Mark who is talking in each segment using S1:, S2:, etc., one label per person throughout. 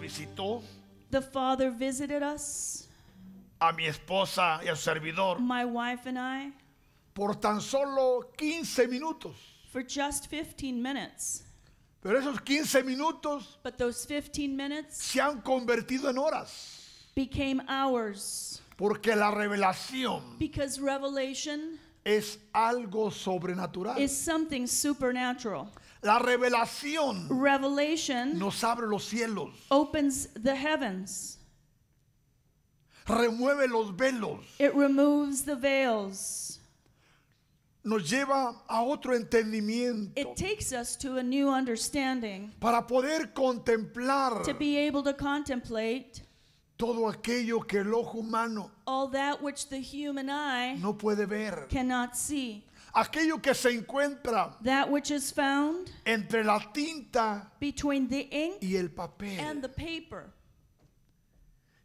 S1: visitó
S2: The Father visited us,
S1: a mi esposa y a su servidor
S2: my wife and I,
S1: por tan solo 15 minutos.
S2: for just 15 minutes.
S1: Pero esos 15 minutos
S2: But those 15 minutes
S1: se han convertido en horas.
S2: became hours
S1: Porque la revelación
S2: because revelation
S1: es algo sobrenatural.
S2: is something supernatural.
S1: La revelación
S2: Revelation
S1: nos abre los cielos,
S2: opens the heavens,
S1: remueve los velos,
S2: it removes the veils,
S1: nos lleva a otro entendimiento
S2: it takes us to a new understanding
S1: para poder contemplar
S2: to be able to contemplate
S1: todo aquello que el ojo humano
S2: all that which the human eye
S1: no puede ver,
S2: cannot see,
S1: aquello que se encuentra
S2: that which is found
S1: entre la tinta
S2: between the ink
S1: y el
S2: and the
S1: papel.
S2: paper.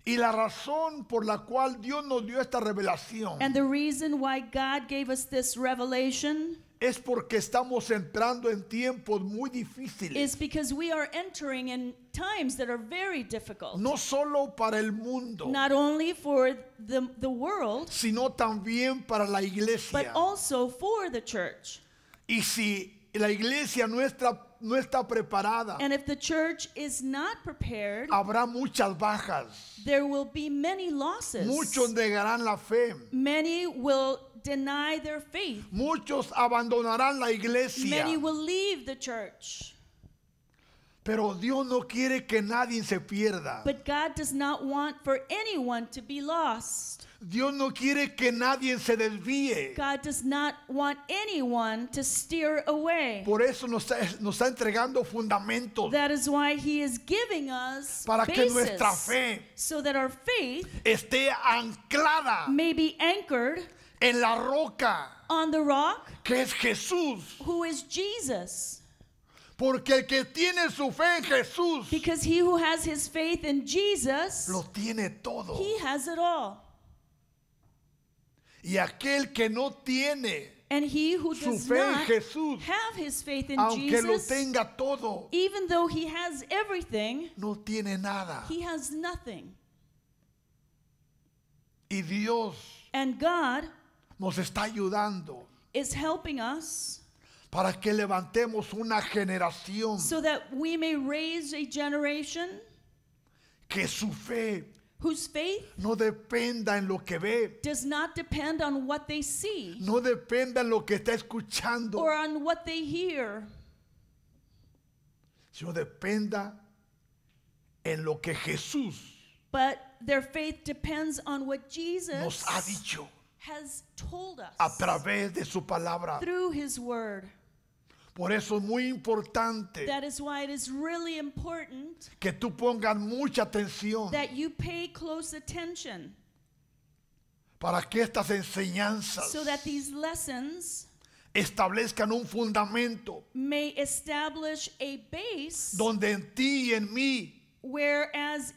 S1: Y la razón por la cual Dios nos dio esta revelación
S2: And the reason why God gave us this revelation
S1: es porque estamos entrando en tiempos muy difíciles.
S2: is because we are entering in times that are very difficult.
S1: no solo para el mundo,
S2: Not only for the, the world,
S1: sino también para la
S2: but
S1: iglesia.
S2: also for the church.
S1: Y si la iglesia no está, no está preparada,
S2: And if the church is not prepared,
S1: habrá muchas bajas.
S2: there will be many losses.
S1: Muchos negarán la fe.
S2: Many will deny their faith.
S1: Muchos abandonarán la iglesia.
S2: Many will leave the church.
S1: Pero Dios no quiere que nadie se pierda.
S2: But God does not want for anyone to be lost.
S1: Dios no quiere que nadie se desvíe.
S2: God does not want anyone to steer away.
S1: Por eso nos está, nos está entregando fundamentos
S2: That is why he is giving us
S1: para que
S2: basis,
S1: nuestra fe
S2: so that our faith
S1: esté anclada
S2: may be anchored
S1: en la roca
S2: on the rock
S1: que es Jesús.
S2: who is Jesus.
S1: Porque el que tiene su fe en Jesús
S2: Because he who has his faith in Jesus,
S1: lo tiene todo.
S2: he has it all.
S1: Y aquel que no tiene
S2: And he who
S1: su
S2: does
S1: fe en
S2: not
S1: Jesús,
S2: have his faith in
S1: aunque lo
S2: Jesus,
S1: tenga todo,
S2: even though he has everything,
S1: no tiene nada.
S2: he has nothing.
S1: Y Dios
S2: And God
S1: nos está ayudando
S2: is helping us
S1: para que levantemos una generación
S2: so that we may raise a generation
S1: que su fe
S2: whose faith
S1: no dependa en lo que ve,
S2: does not depend on what they see
S1: no dependa en lo que está escuchando,
S2: or on what they hear,
S1: sino dependa en lo que Jesús
S2: but their faith depends on what
S1: nos ha
S2: Jesus
S1: dicho Ah,
S2: has told
S1: a
S2: us
S1: través de su palabra.
S2: through his word.
S1: Por eso es muy importante
S2: That is why it is really important
S1: que tú pongas mucha atención
S2: that you pay close attention
S1: para que estas enseñanzas
S2: so that these lessons
S1: establezcan un fundamento
S2: may establish a base
S1: donde en ti y en mí,
S2: whereas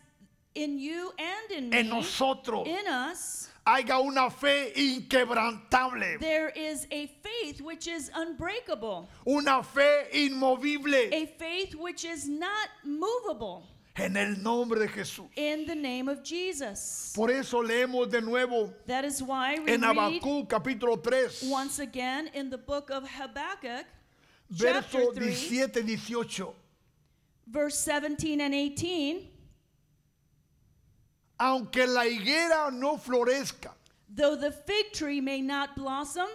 S2: in you and
S1: en
S2: in me,
S1: nosotros,
S2: in us,
S1: haya una fe inquebrantable,
S2: there is a faith which is unbreakable.
S1: una fe inmovible
S2: a faith which is not movable
S1: en el nombre de Jesús.
S2: in the name of Jesus.
S1: Por eso leemos de nuevo
S2: That is why we
S1: en
S2: read
S1: Habacuc capítulo 3,
S2: once again in the book of Habakkuk, chapter
S1: verso
S2: 3,
S1: 17 18.
S2: verse 17 and 18.
S1: Aunque la higuera no florezca,
S2: Though the fig tree may not blossom,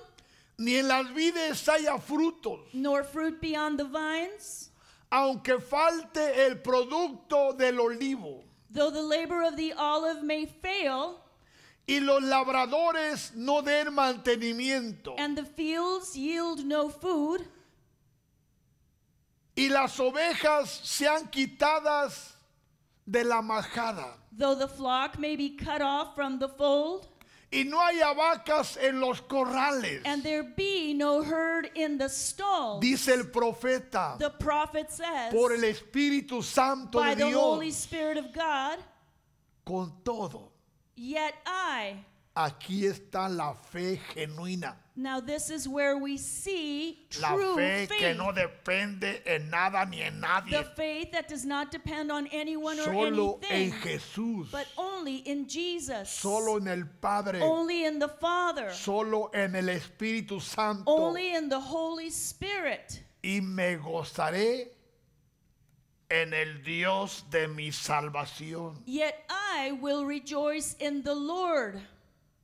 S1: ni en las vides haya frutos,
S2: nor fruit be on the vines,
S1: aunque falte el producto del olivo
S2: though the labor of the olive may fail,
S1: y los labradores no den mantenimiento
S2: and the fields yield no food,
S1: y las ovejas sean quitadas de la majada
S2: though the flock may be cut off from the fold,
S1: y no haya vacas en los corrales,
S2: and there be no herd in the stalls.
S1: dice el profeta,
S2: The prophet says,
S1: por el Espíritu Santo
S2: by
S1: de
S2: the Holy
S1: Dios,
S2: Spirit of God,
S1: con todo
S2: yet I
S1: Aquí está la fe genuina.
S2: Now, this is where we see
S1: La
S2: true
S1: fe que
S2: faith.
S1: no depende en nada ni en
S2: The
S1: nadie.
S2: faith that does not depend on anyone or
S1: Solo en
S2: anything,
S1: Jesús.
S2: but only in Jesus,
S1: Solo en el Padre.
S2: only in the Father,
S1: Solo en el Espíritu Santo.
S2: only in the Holy Spirit.
S1: Y me gozaré en el Dios de mi salvación.
S2: Yet I will rejoice in the Lord.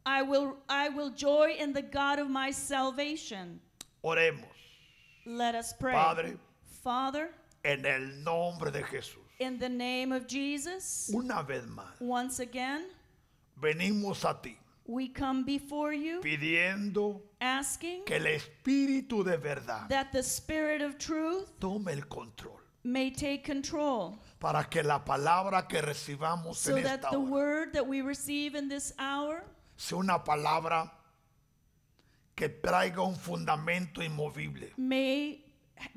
S2: I will I will joy in the God of my salvation.
S1: Oremos,
S2: Let us pray.
S1: Padre,
S2: Father,
S1: en el nombre de Jesús.
S2: in the name of Jesus,
S1: Una vez más,
S2: once again,
S1: venimos a ti
S2: we come before you
S1: pidiendo
S2: asking
S1: que el Espíritu de verdad
S2: that the spirit of truth
S1: tome el control
S2: may take control
S1: para que la palabra que recibamos
S2: so
S1: en
S2: that
S1: esta
S2: the
S1: hora
S2: word that we receive in this hour
S1: sea una palabra que traiga un fundamento inmovible,
S2: may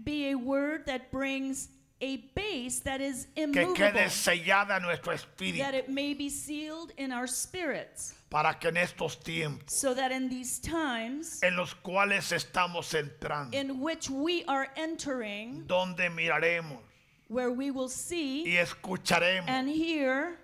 S2: be a word that brings a base that is
S1: que
S2: immovable.
S1: quede sellada en nuestro
S2: that
S1: espíritu
S2: it may be sealed in our spirits,
S1: para que en estos tiempos
S2: so that in these times
S1: en los cuales estamos entrando,
S2: in which we are entering,
S1: donde miraremos
S2: where we will see
S1: y escucharemos
S2: and hear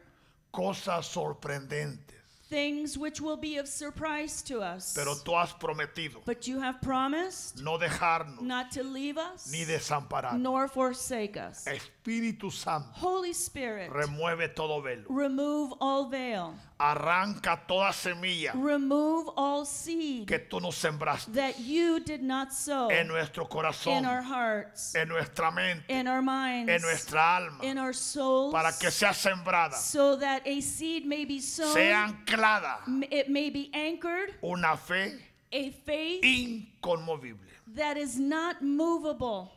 S1: cosas sorprendentes,
S2: things which will be of surprise to us.
S1: pero tú has prometido
S2: But you have promised
S1: no dejarnos
S2: not to leave us
S1: ni desampararnos.
S2: nor forsake us.
S1: Espíritu Santo,
S2: Holy Spirit,
S1: remueve todo velo,
S2: remove all veil,
S1: arranca toda semilla
S2: remove all seed
S1: que tú nos sembraste
S2: that you did not sow
S1: en nuestro
S2: in our
S1: corazón,
S2: hearts,
S1: en nuestra mente,
S2: in our minds.
S1: en nuestra alma,
S2: in our souls
S1: para que sea sembrada,
S2: so that a seed may be sown
S1: sea anclada
S2: m- it may be anchored
S1: una fe
S2: a faith
S1: inconmovible.
S2: that is not movable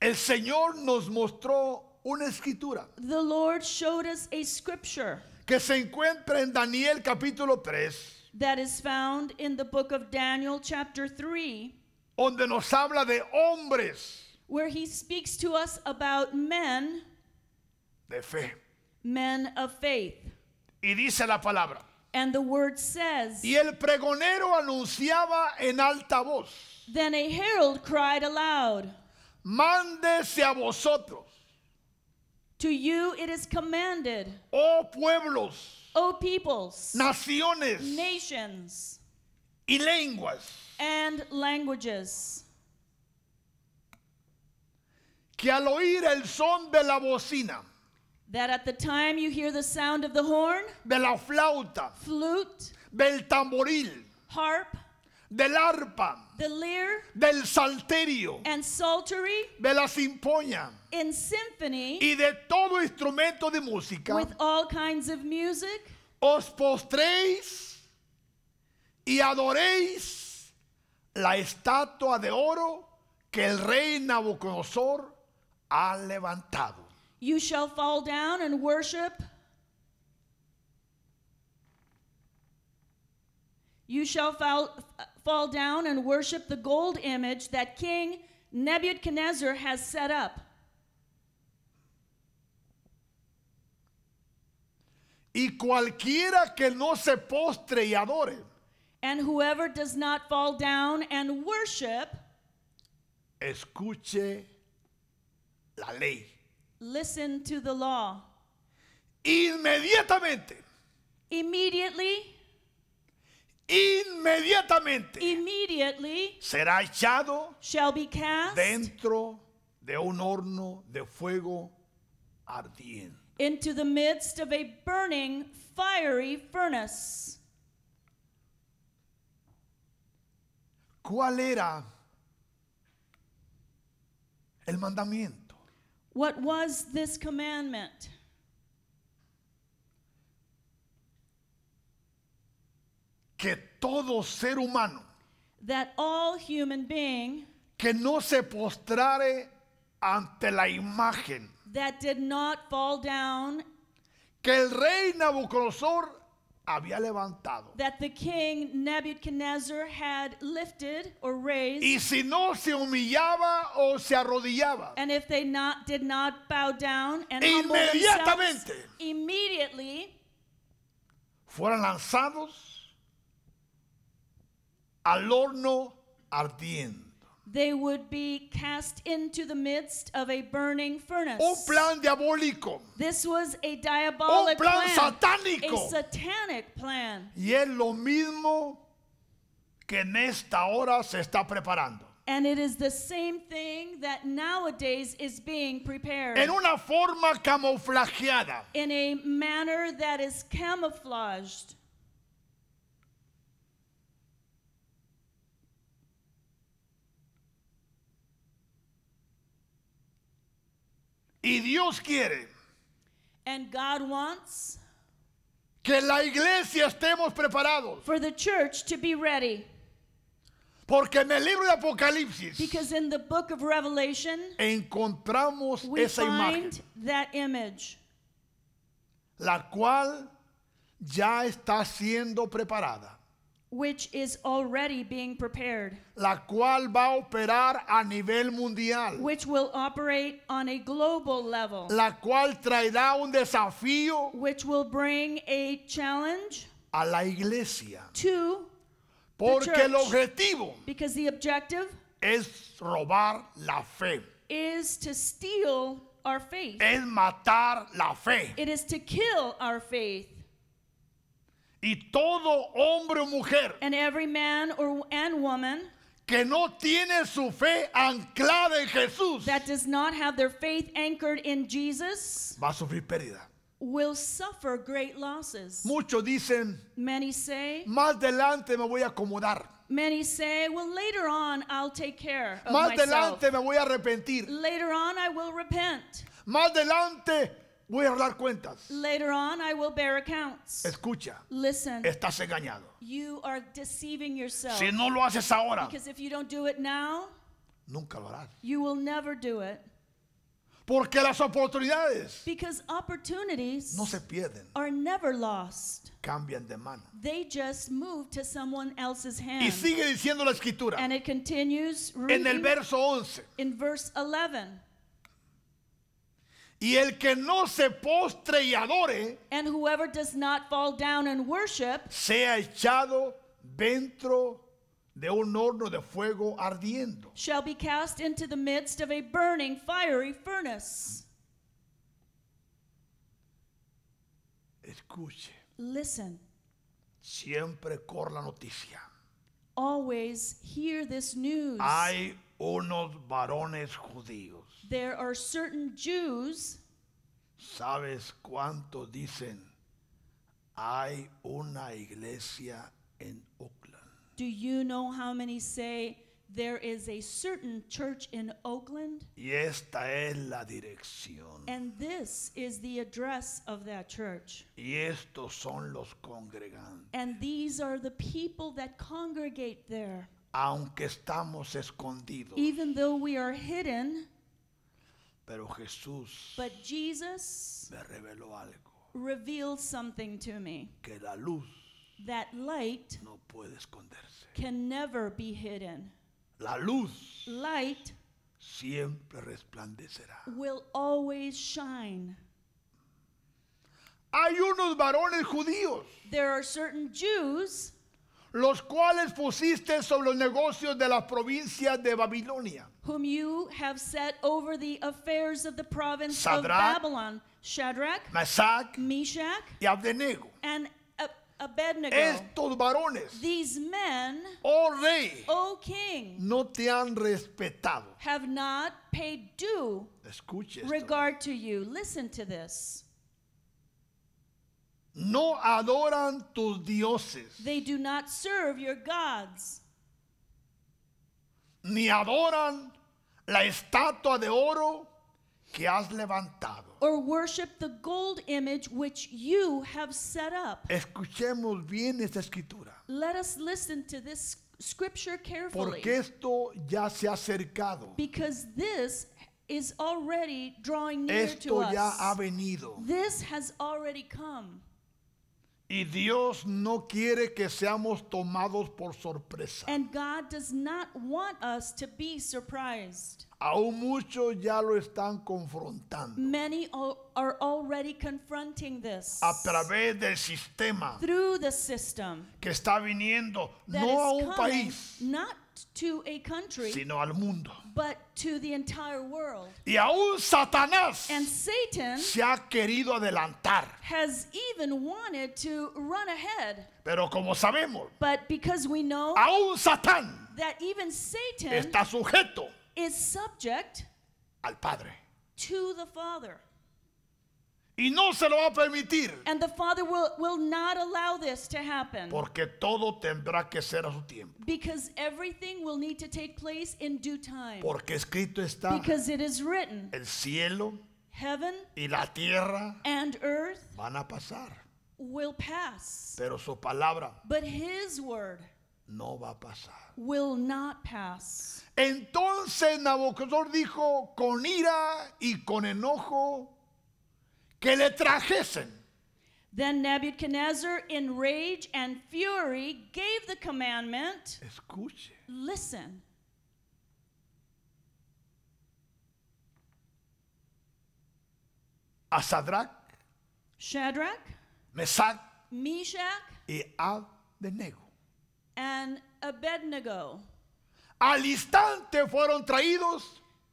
S1: El Señor nos mostró una escritura
S2: the lord showed us a scripture
S1: que se encuentra en Daniel capítulo 3,
S2: that is found in the book of daniel chapter 3
S1: donde nos habla de hombres
S2: where he speaks to us about men
S1: de fe.
S2: men of faith
S1: Y dice la palabra.
S2: and the word says
S1: Y el pregonero anunciaba en alta voz,
S2: then a herald cried aloud
S1: mándese a vosotros,
S2: to you it is commanded
S1: oh pueblos,
S2: o peoples
S1: naciones
S2: nations
S1: y lenguas,
S2: and languages
S1: que al oír el son de la bocina,
S2: that at the time you hear the sound of the horn
S1: de la flauta,
S2: flute
S1: del tamboril,
S2: harp
S1: del arpa,
S2: the lyre
S1: del salterio,
S2: and psaltery
S1: de la simpoña
S2: in symphony
S1: y de todo instrumento de música,
S2: with all kinds of music
S1: os postréis y adoréis la estatua de oro que el rey Nabucodonosor ha levantado.
S2: you shall fall down and worship you shall fall, fall down and worship the gold image that king nebuchadnezzar has set up
S1: Y cualquiera que no se postre y adore,
S2: and whoever does not fall down and worship
S1: escuche la ley.
S2: listen to the law
S1: Inmediatamente,
S2: Immediately,
S1: inmediatamente
S2: immediately
S1: será echado
S2: shall be cast
S1: dentro de un horno de fuego ardiente.
S2: into the midst of a burning, fiery furnace.
S1: ¿Cuál era el mandamiento?
S2: What was this commandment?
S1: Que todo ser humano
S2: That all human being
S1: que no se postrare ante la imagen
S2: that did not fall down,
S1: que el rey Nabucodonosor había levantado.
S2: that the king Nebuchadnezzar had lifted or raised,
S1: Y si no se humillaba o se arrodillaba,
S2: and if they not did not bow down and humble themselves,
S1: Inmediatamente.
S2: immediately
S1: fueran lanzados al horno ardiendo.
S2: They would be cast into the midst of a burning furnace.
S1: Un plan diabólico.
S2: This was a diabolic
S1: Un plan
S2: plan,
S1: satánico.
S2: a satanic plan,
S1: Y es lo mismo que en esta hora se está preparando.
S2: and it is the same thing that nowadays is being prepared
S1: En una forma camuflajeada.
S2: in a manner that is camouflaged.
S1: Y Dios quiere
S2: And God wants
S1: que la iglesia estemos preparados.
S2: for the church to be ready,
S1: Porque en el libro de Apocalipsis
S2: because in the book of Revelation
S1: encontramos
S2: we
S1: esa imagen,
S2: find that image.
S1: la cual ya está siendo preparada,
S2: which is already being prepared,
S1: la cual va a operar a nivel mundial,
S2: which will operate on a global level,
S1: la cual traerá un desafío
S2: which will bring a challenge
S1: a la iglesia.
S2: to,
S1: Porque el
S2: church.
S1: objetivo
S2: because the objective
S1: es robar la fe,
S2: is to steal our faith,
S1: es matar la fe.
S2: it is to kill our faith.
S1: Y todo hombre o mujer
S2: And every man or and woman
S1: que no tiene su fe anclada en Jesús
S2: that does not have their faith anchored in Jesus
S1: va a sufrir pérdida.
S2: will suffer great losses.
S1: Muchos dicen,
S2: Many say,
S1: más adelante me voy a acomodar,
S2: many say, well later on I'll take care of
S1: más
S2: myself.
S1: adelante me voy a arrepentir,
S2: Later on, I will repent.
S1: más adelante voy a arreglar cuentas.
S2: Later on, I will bear accounts.
S1: Escucha,
S2: Listen,
S1: estás engañado.
S2: you are deceiving yourself.
S1: Si no lo haces ahora,
S2: Because if you don't do it now,
S1: nunca lo harás.
S2: you will never do it.
S1: Porque las oportunidades
S2: Because opportunities
S1: no se pierden,
S2: are never lost,
S1: cambian de mano.
S2: they just move to someone else's
S1: Y
S2: hand.
S1: sigue diciendo la escritura
S2: And it continues
S1: en el
S2: reading
S1: verso 11.
S2: in verse 11.
S1: Y el que no se postre y adore,
S2: And whoever does not fall down and worship
S1: sea echado dentro de un horno de fuego ardiendo.
S2: shall be cast into the midst of a burning, fiery furnace.
S1: Escuche,
S2: Listen.
S1: siempre corre la noticia.
S2: always hear this news.
S1: Hay unos varones judíos.
S2: there are certain Jews,
S1: ¿Sabes cuánto dicen? Hay una iglesia en Oakland.
S2: do you know how many say there is a certain church in Oakland?
S1: Y esta es la dirección.
S2: And this is the address of that church.
S1: Y estos son los congregantes.
S2: And these are the people that congregate there.
S1: Aunque estamos escondidos.
S2: Even though we are hidden,
S1: Pero Jesús
S2: but Jesus
S1: me reveló algo.
S2: revealed something to me
S1: Que la luz
S2: that light
S1: no puede esconderse.
S2: can never be hidden.
S1: La luz
S2: Light
S1: siempre resplandecerá.
S2: will always shine.
S1: Hay unos varones judíos,
S2: There are certain Jews
S1: los cuales pusiste sobre los negocios de las provincias de Babilonia.
S2: whom you have set over the affairs of the province of
S1: Shadrach.
S2: Babylon Shadrach,
S1: Mesac
S2: Meshach,
S1: y Abdenego.
S2: and Ab- Abednego.
S1: Estos varones,
S2: These men,
S1: oh rey,
S2: O king,
S1: no te han respetado.
S2: have not paid due
S1: Escuche esto.
S2: regard to you. Listen to this.
S1: No adoran tus dioses,
S2: They do not serve your gods,
S1: ni adoran la estatua de oro que has levantado.
S2: or worship the gold image which you have set up.
S1: Eh. Escuchemos bien esta escritura.
S2: Let us listen to this scripture carefully.
S1: Porque esto ya se ha acercado.
S2: Because this is already drawing near to
S1: Esto ya ha
S2: us.
S1: venido.
S2: This has already come.
S1: Y Dios no quiere que seamos tomados por sorpresa.
S2: And God does not want us to be surprised.
S1: Aún muchos ya lo están confrontando
S2: Many al- are already confronting this
S1: a través del sistema
S2: through the system
S1: que está viniendo
S2: that
S1: no a
S2: is
S1: un
S2: coming
S1: país,
S2: not to a country
S1: sino al mundo.
S2: but to the entire world.
S1: Y aún Satanás
S2: And Satan
S1: se ha querido adelantar.
S2: has even wanted to run ahead.
S1: Pero como sabemos,
S2: But because we know
S1: aún Satán
S2: that even Satan
S1: Ah. está sujeto
S2: is subject
S1: al Padre.
S2: to the Father.
S1: Y no se lo va a permitir.
S2: And the Father will, will not allow this to happen
S1: Porque todo tendrá que ser a su tiempo.
S2: because everything will need to take place in due time.
S1: Porque escrito está
S2: Because it is written,
S1: el cielo
S2: heaven
S1: y la tierra
S2: and earth
S1: van a pasar.
S2: will pass,
S1: Pero su palabra
S2: but his word
S1: no va a pasar.
S2: will not pass.
S1: Entonces Nabucodonosor dijo con ira y con enojo que le trajesen
S2: Then Nebuchadnezzar, in rage and fury, gave the commandment
S1: escuche,
S2: listen,
S1: a Sadrach,
S2: Shadrach,
S1: Mesach
S2: Meshach,
S1: y Abednego.
S2: and Abednego.
S1: Al instante fueron traídos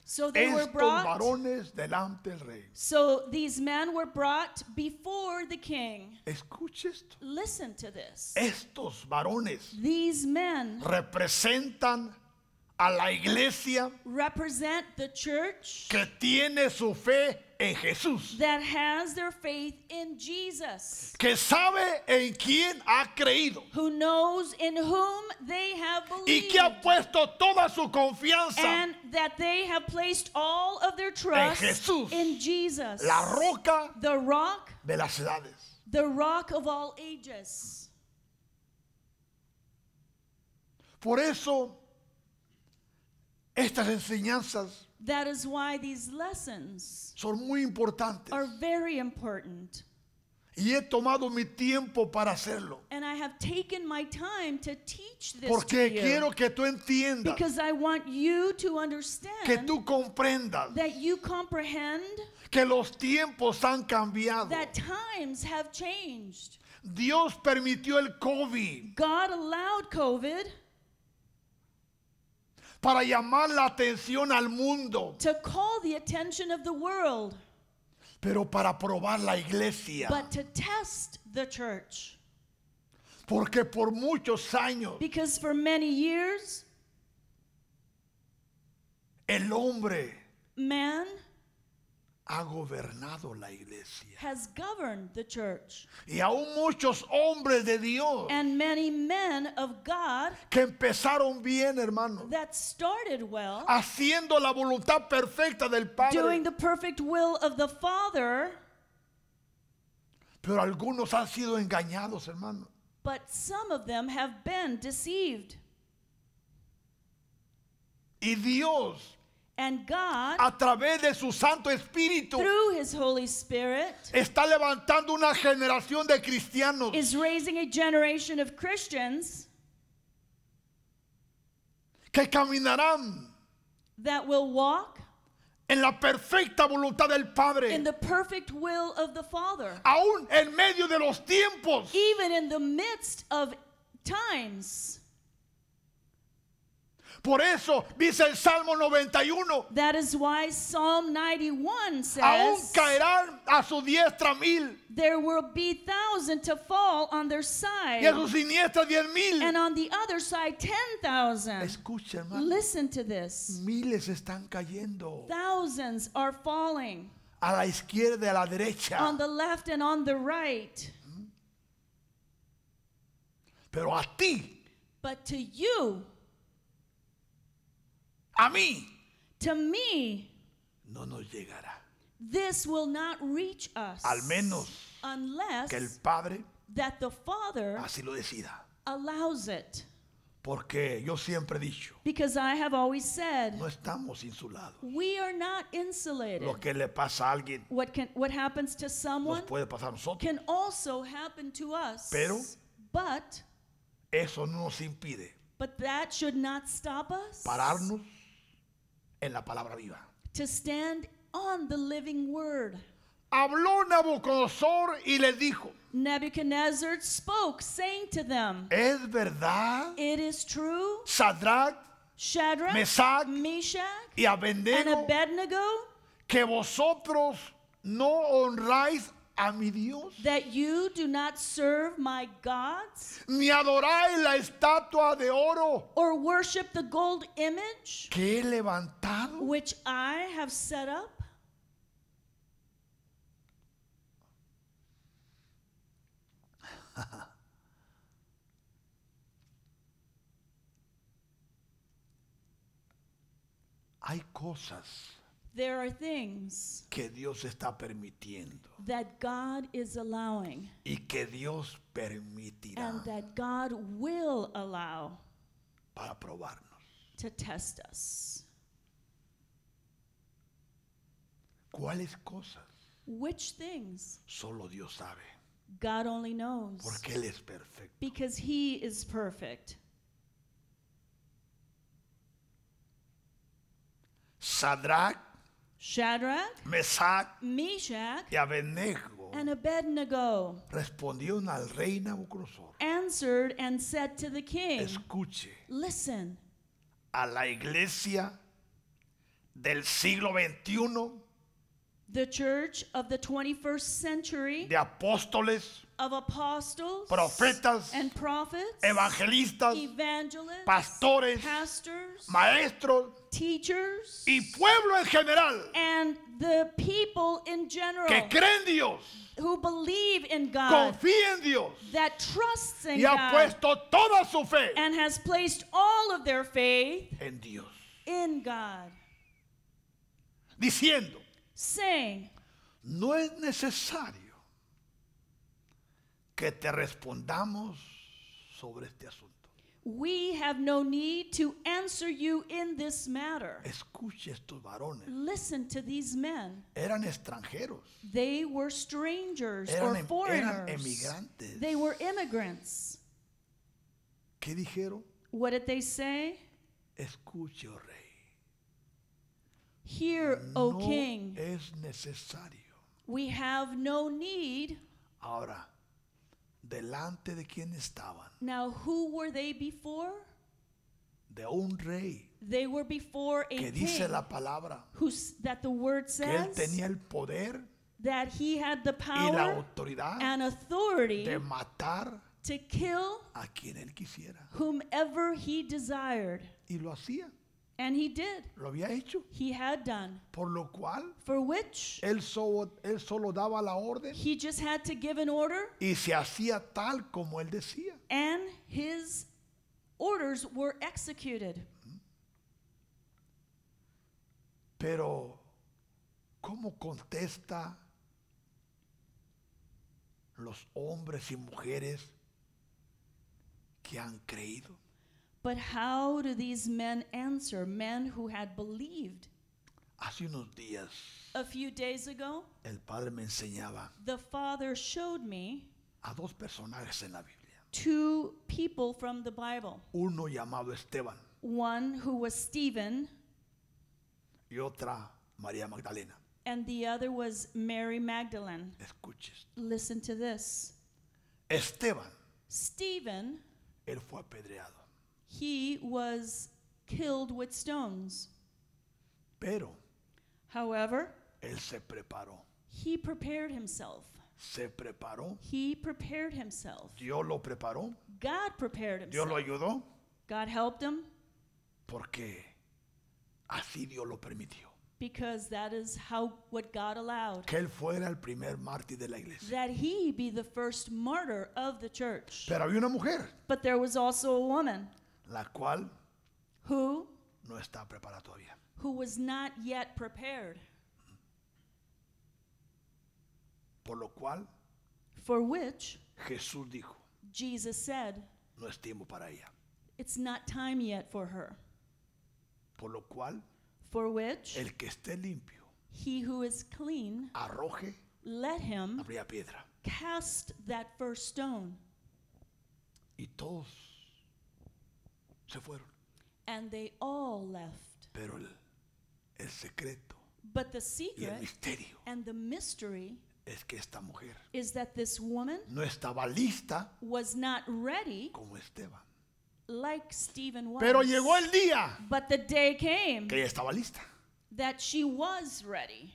S2: So they were
S1: estos
S2: brought.
S1: varones delante del rey.
S2: So these men were brought before the king.
S1: Escuche esto.
S2: Listen to this.
S1: Eh- Estos varones
S2: These men
S1: representan a la iglesia
S2: represent the church
S1: que tiene su fe en Jesús,
S2: that has their faith in Jesus,
S1: que sabe en quién ha creído
S2: who knows in whom they have
S1: y
S2: believed,
S1: que ha puesto toda su confianza,
S2: and that they have placed all of their trust
S1: Jesús.
S2: in Jesus,
S1: la roca
S2: the rock,
S1: de las edades.
S2: the rock of all ages.
S1: Por eso, estas enseñanzas
S2: That is why these lessons
S1: son muy importantes
S2: are very important.
S1: y he tomado mi tiempo para hacerlo,
S2: And I have taken my time to teach this to
S1: porque
S2: you
S1: quiero que tú entiendas,
S2: because I want you to
S1: que
S2: understand
S1: tú comprendas
S2: that you comprehend
S1: que los tiempos han cambiado.
S2: that times have changed.
S1: Dios permitió el COVID
S2: God allowed COVID
S1: para llamar la atención al mundo,
S2: to call the attention of the world,
S1: pero para probar la iglesia.
S2: but to test the church.
S1: Porque por muchos años
S2: Because for many years,
S1: el hombre
S2: man
S1: ha gobernado la iglesia.
S2: has governed the church.
S1: Y aún muchos hombres de Dios
S2: And many men of God
S1: que empezaron bien, hermano,
S2: that started well,
S1: haciendo la voluntad perfecta del Padre.
S2: doing the perfect will of the Father,
S1: Pero algunos han sido engañados, hermano.
S2: but some of them have been deceived.
S1: Y Dios,
S2: And God,
S1: a través de su Santo Espíritu,
S2: through His Holy Spirit,
S1: está levantando una generación de cristianos
S2: is raising a generation of Christians
S1: que caminarán
S2: that will walk
S1: en la perfecta voluntad del
S2: in
S1: Padre,
S2: the perfect will of the Father,
S1: aún en medio de los tiempos.
S2: even in the midst of times.
S1: Por eso dice el Salmo 91,
S2: That is why Psalm 91
S1: aún
S2: says,
S1: caerán a su diestra mil
S2: There will be thousand to fall on their
S1: y a
S2: side,
S1: su siniestra diez mil.
S2: and on the other side, 10,000.
S1: Escucha, hermano,
S2: Listen to this.
S1: miles están cayendo
S2: Thousands are falling
S1: a la izquierda y a la derecha,
S2: on the left and on the right.
S1: pero a ti,
S2: But to you,
S1: a mí,
S2: to me,
S1: no nos llegará.
S2: This will not reach us.
S1: Al menos
S2: unless
S1: Que el Padre
S2: that the Father
S1: así lo decida.
S2: allows it.
S1: Porque yo siempre he dicho,
S2: Because I have always said,
S1: no estamos insulados.
S2: we are not insulated.
S1: Lo que le pasa a alguien
S2: What, can, what happens to
S1: nos
S2: someone
S1: puede pasar a nosotros.
S2: can also happen to us.
S1: Pero-
S2: but,
S1: Eso no nos impide
S2: but that should not stop us
S1: pararnos en la palabra viva.
S2: to stand on the living word.
S1: Habló Nabucodonosor y les dijo,
S2: Nebuchadnezzar spoke, saying to them,
S1: ¿es verdad,
S2: It is true,
S1: Sadrach,
S2: Shadrach,
S1: Mesach
S2: Meshach,
S1: y
S2: and
S1: Abednego,
S2: Abednego,
S1: que vosotros no honráis a mi Dios,
S2: that you do not serve my gods
S1: ni adoráis la estatua de oro
S2: or worship the gold image
S1: que he levantado?
S2: which I have set up?
S1: Hay cosas
S2: There are things
S1: que Dios está permitiendo
S2: that God is allowing
S1: y que Dios permitirá
S2: and that God will allow
S1: para probarnos.
S2: to test us.
S1: ¿Cuáles cosas?
S2: Which things?
S1: Solo Dios sabe,
S2: God only knows
S1: porque Él es perfecto.
S2: because He is perfect.
S1: Sadrach,
S2: Shadrach,
S1: Mesach
S2: Meshach,
S1: y Abednego
S2: and Abednego
S1: respondieron al rey Nabucodonosor.
S2: answered and said to the king,
S1: Escuche,
S2: Listen,
S1: a la iglesia del siglo XXI
S2: the church of the 21st century
S1: de apóstoles,
S2: of apostles
S1: Profetas,
S2: and prophets,
S1: evangelistas,
S2: evangelists,
S1: pastores,
S2: pastors,
S1: maestros
S2: teachers,
S1: y pueblo en general
S2: and the people in
S1: que
S2: general
S1: creen en Dios,
S2: who believe in God,
S1: confía en Dios
S2: that trusts in
S1: y ha
S2: God,
S1: puesto toda su fe
S2: and has placed all of their faith
S1: en Dios,
S2: in God,
S1: diciendo,
S2: saying,
S1: no es necesario que te respondamos sobre este asunto.
S2: We have no need to answer you in this matter.
S1: Escuche estos varones,
S2: Listen to these men.
S1: eran extranjeros,
S2: They were strangers or
S1: eran, em- eran
S2: foreigners.
S1: emigrantes.
S2: They were immigrants.
S1: ¿Qué dijeron?
S2: What did they say?
S1: Escuche, oh rey,
S2: Hear, O
S1: no
S2: Oh,
S1: eh,
S2: king,
S1: es necesario.
S2: we have no need.
S1: Ahora, delante de quién estaban,
S2: Now, who were they before?
S1: de un rey
S2: They were before a
S1: que dice
S2: king
S1: la palabra
S2: who's, that the word
S1: que él
S2: says
S1: tenía el poder
S2: that he had the
S1: y la
S2: power
S1: autoridad
S2: and authority
S1: de matar
S2: to kill
S1: a quien él quisiera.
S2: whomever he desired.
S1: Y lo hacía,
S2: And he did.
S1: lo había hecho.
S2: He had done.
S1: Por lo cual,
S2: For which
S1: él solo, él solo daba la orden
S2: he just had to give an order,
S1: y se hacía tal como él decía.
S2: and his orders were executed.
S1: Pero, ¿cómo contesta los hombres y mujeres que han creído?
S2: But how do these men answer? Men who had believed.
S1: Hace unos días
S2: A few days ago,
S1: el padre me enseñaba
S2: the father showed me
S1: a dos personajes en la Biblia.
S2: two people from the Bible
S1: Uno llamado Esteban
S2: one who was Stephen,
S1: y otra María Magdalena.
S2: and the other was Mary Magdalene.
S1: Escuches.
S2: Listen to this
S1: Esteban,
S2: Stephen,
S1: él fue apedreado.
S2: he was killed with stones.
S1: Pero
S2: However,
S1: él se preparó.
S2: He prepared himself.
S1: Se preparó.
S2: He prepared himself.
S1: Dios lo preparó.
S2: God prepared
S1: Dios
S2: himself.
S1: lo ayudó.
S2: God helped him
S1: Porque así Dios lo permitió.
S2: because that is how what God allowed.
S1: Que él fuera el primer mártir de la iglesia.
S2: That he be the first martyr of the church.
S1: Pero había una mujer,
S2: But there was also a woman
S1: la cual
S2: who
S1: no está preparada todavía.
S2: who was not yet prepared,
S1: Por lo cual
S2: for which
S1: Jesús dijo,
S2: Jesus said,
S1: no es tiempo para ella.
S2: It's not time yet for her.
S1: Por lo cual,
S2: For which
S1: el que esté limpio,
S2: he who is clean,
S1: arroje la
S2: let him
S1: primera piedra.
S2: cast that first stone.
S1: Y todos se fueron.
S2: And they all left.
S1: Pero el, el secreto
S2: But the
S1: y el
S2: secret
S1: misterio
S2: and the mystery
S1: es que esta mujer
S2: is that this woman
S1: no estaba lista
S2: was not ready
S1: como Esteban.
S2: like Stephen was.
S1: Pero llegó el día
S2: But the day came
S1: que ella estaba lista.
S2: that she was ready.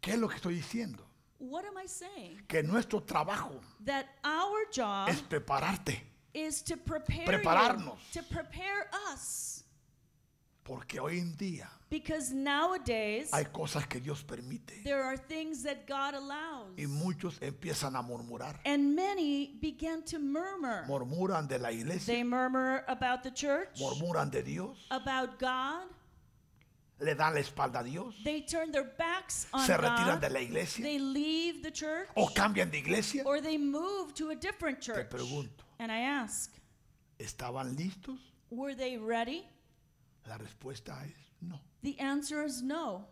S1: ¿Qué es lo que estoy diciendo?
S2: What am I saying?
S1: Que nuestro trabajo
S2: That our job
S1: es prepararte.
S2: is to prepare you,
S1: Prepararnos.
S2: to prepare us.
S1: Porque hoy en día
S2: Because nowadays,
S1: hay cosas que Dios permite.
S2: there are things that God allows.
S1: Y muchos empiezan a murmurar.
S2: And many began to murmur.
S1: Murmuran de la iglesia.
S2: They murmur about the church,
S1: Murmuran de Dios.
S2: about God.
S1: Le dan la espalda a Dios.
S2: They turn their backs on
S1: Se retiran de
S2: God.
S1: la iglesia.
S2: They leave the church
S1: O cambian de iglesia.
S2: or they move to a different
S1: Te
S2: church.
S1: pregunto,
S2: And I ask,
S1: ¿estaban listos?
S2: were they ready?
S1: La respuesta es no.
S2: The answer is no.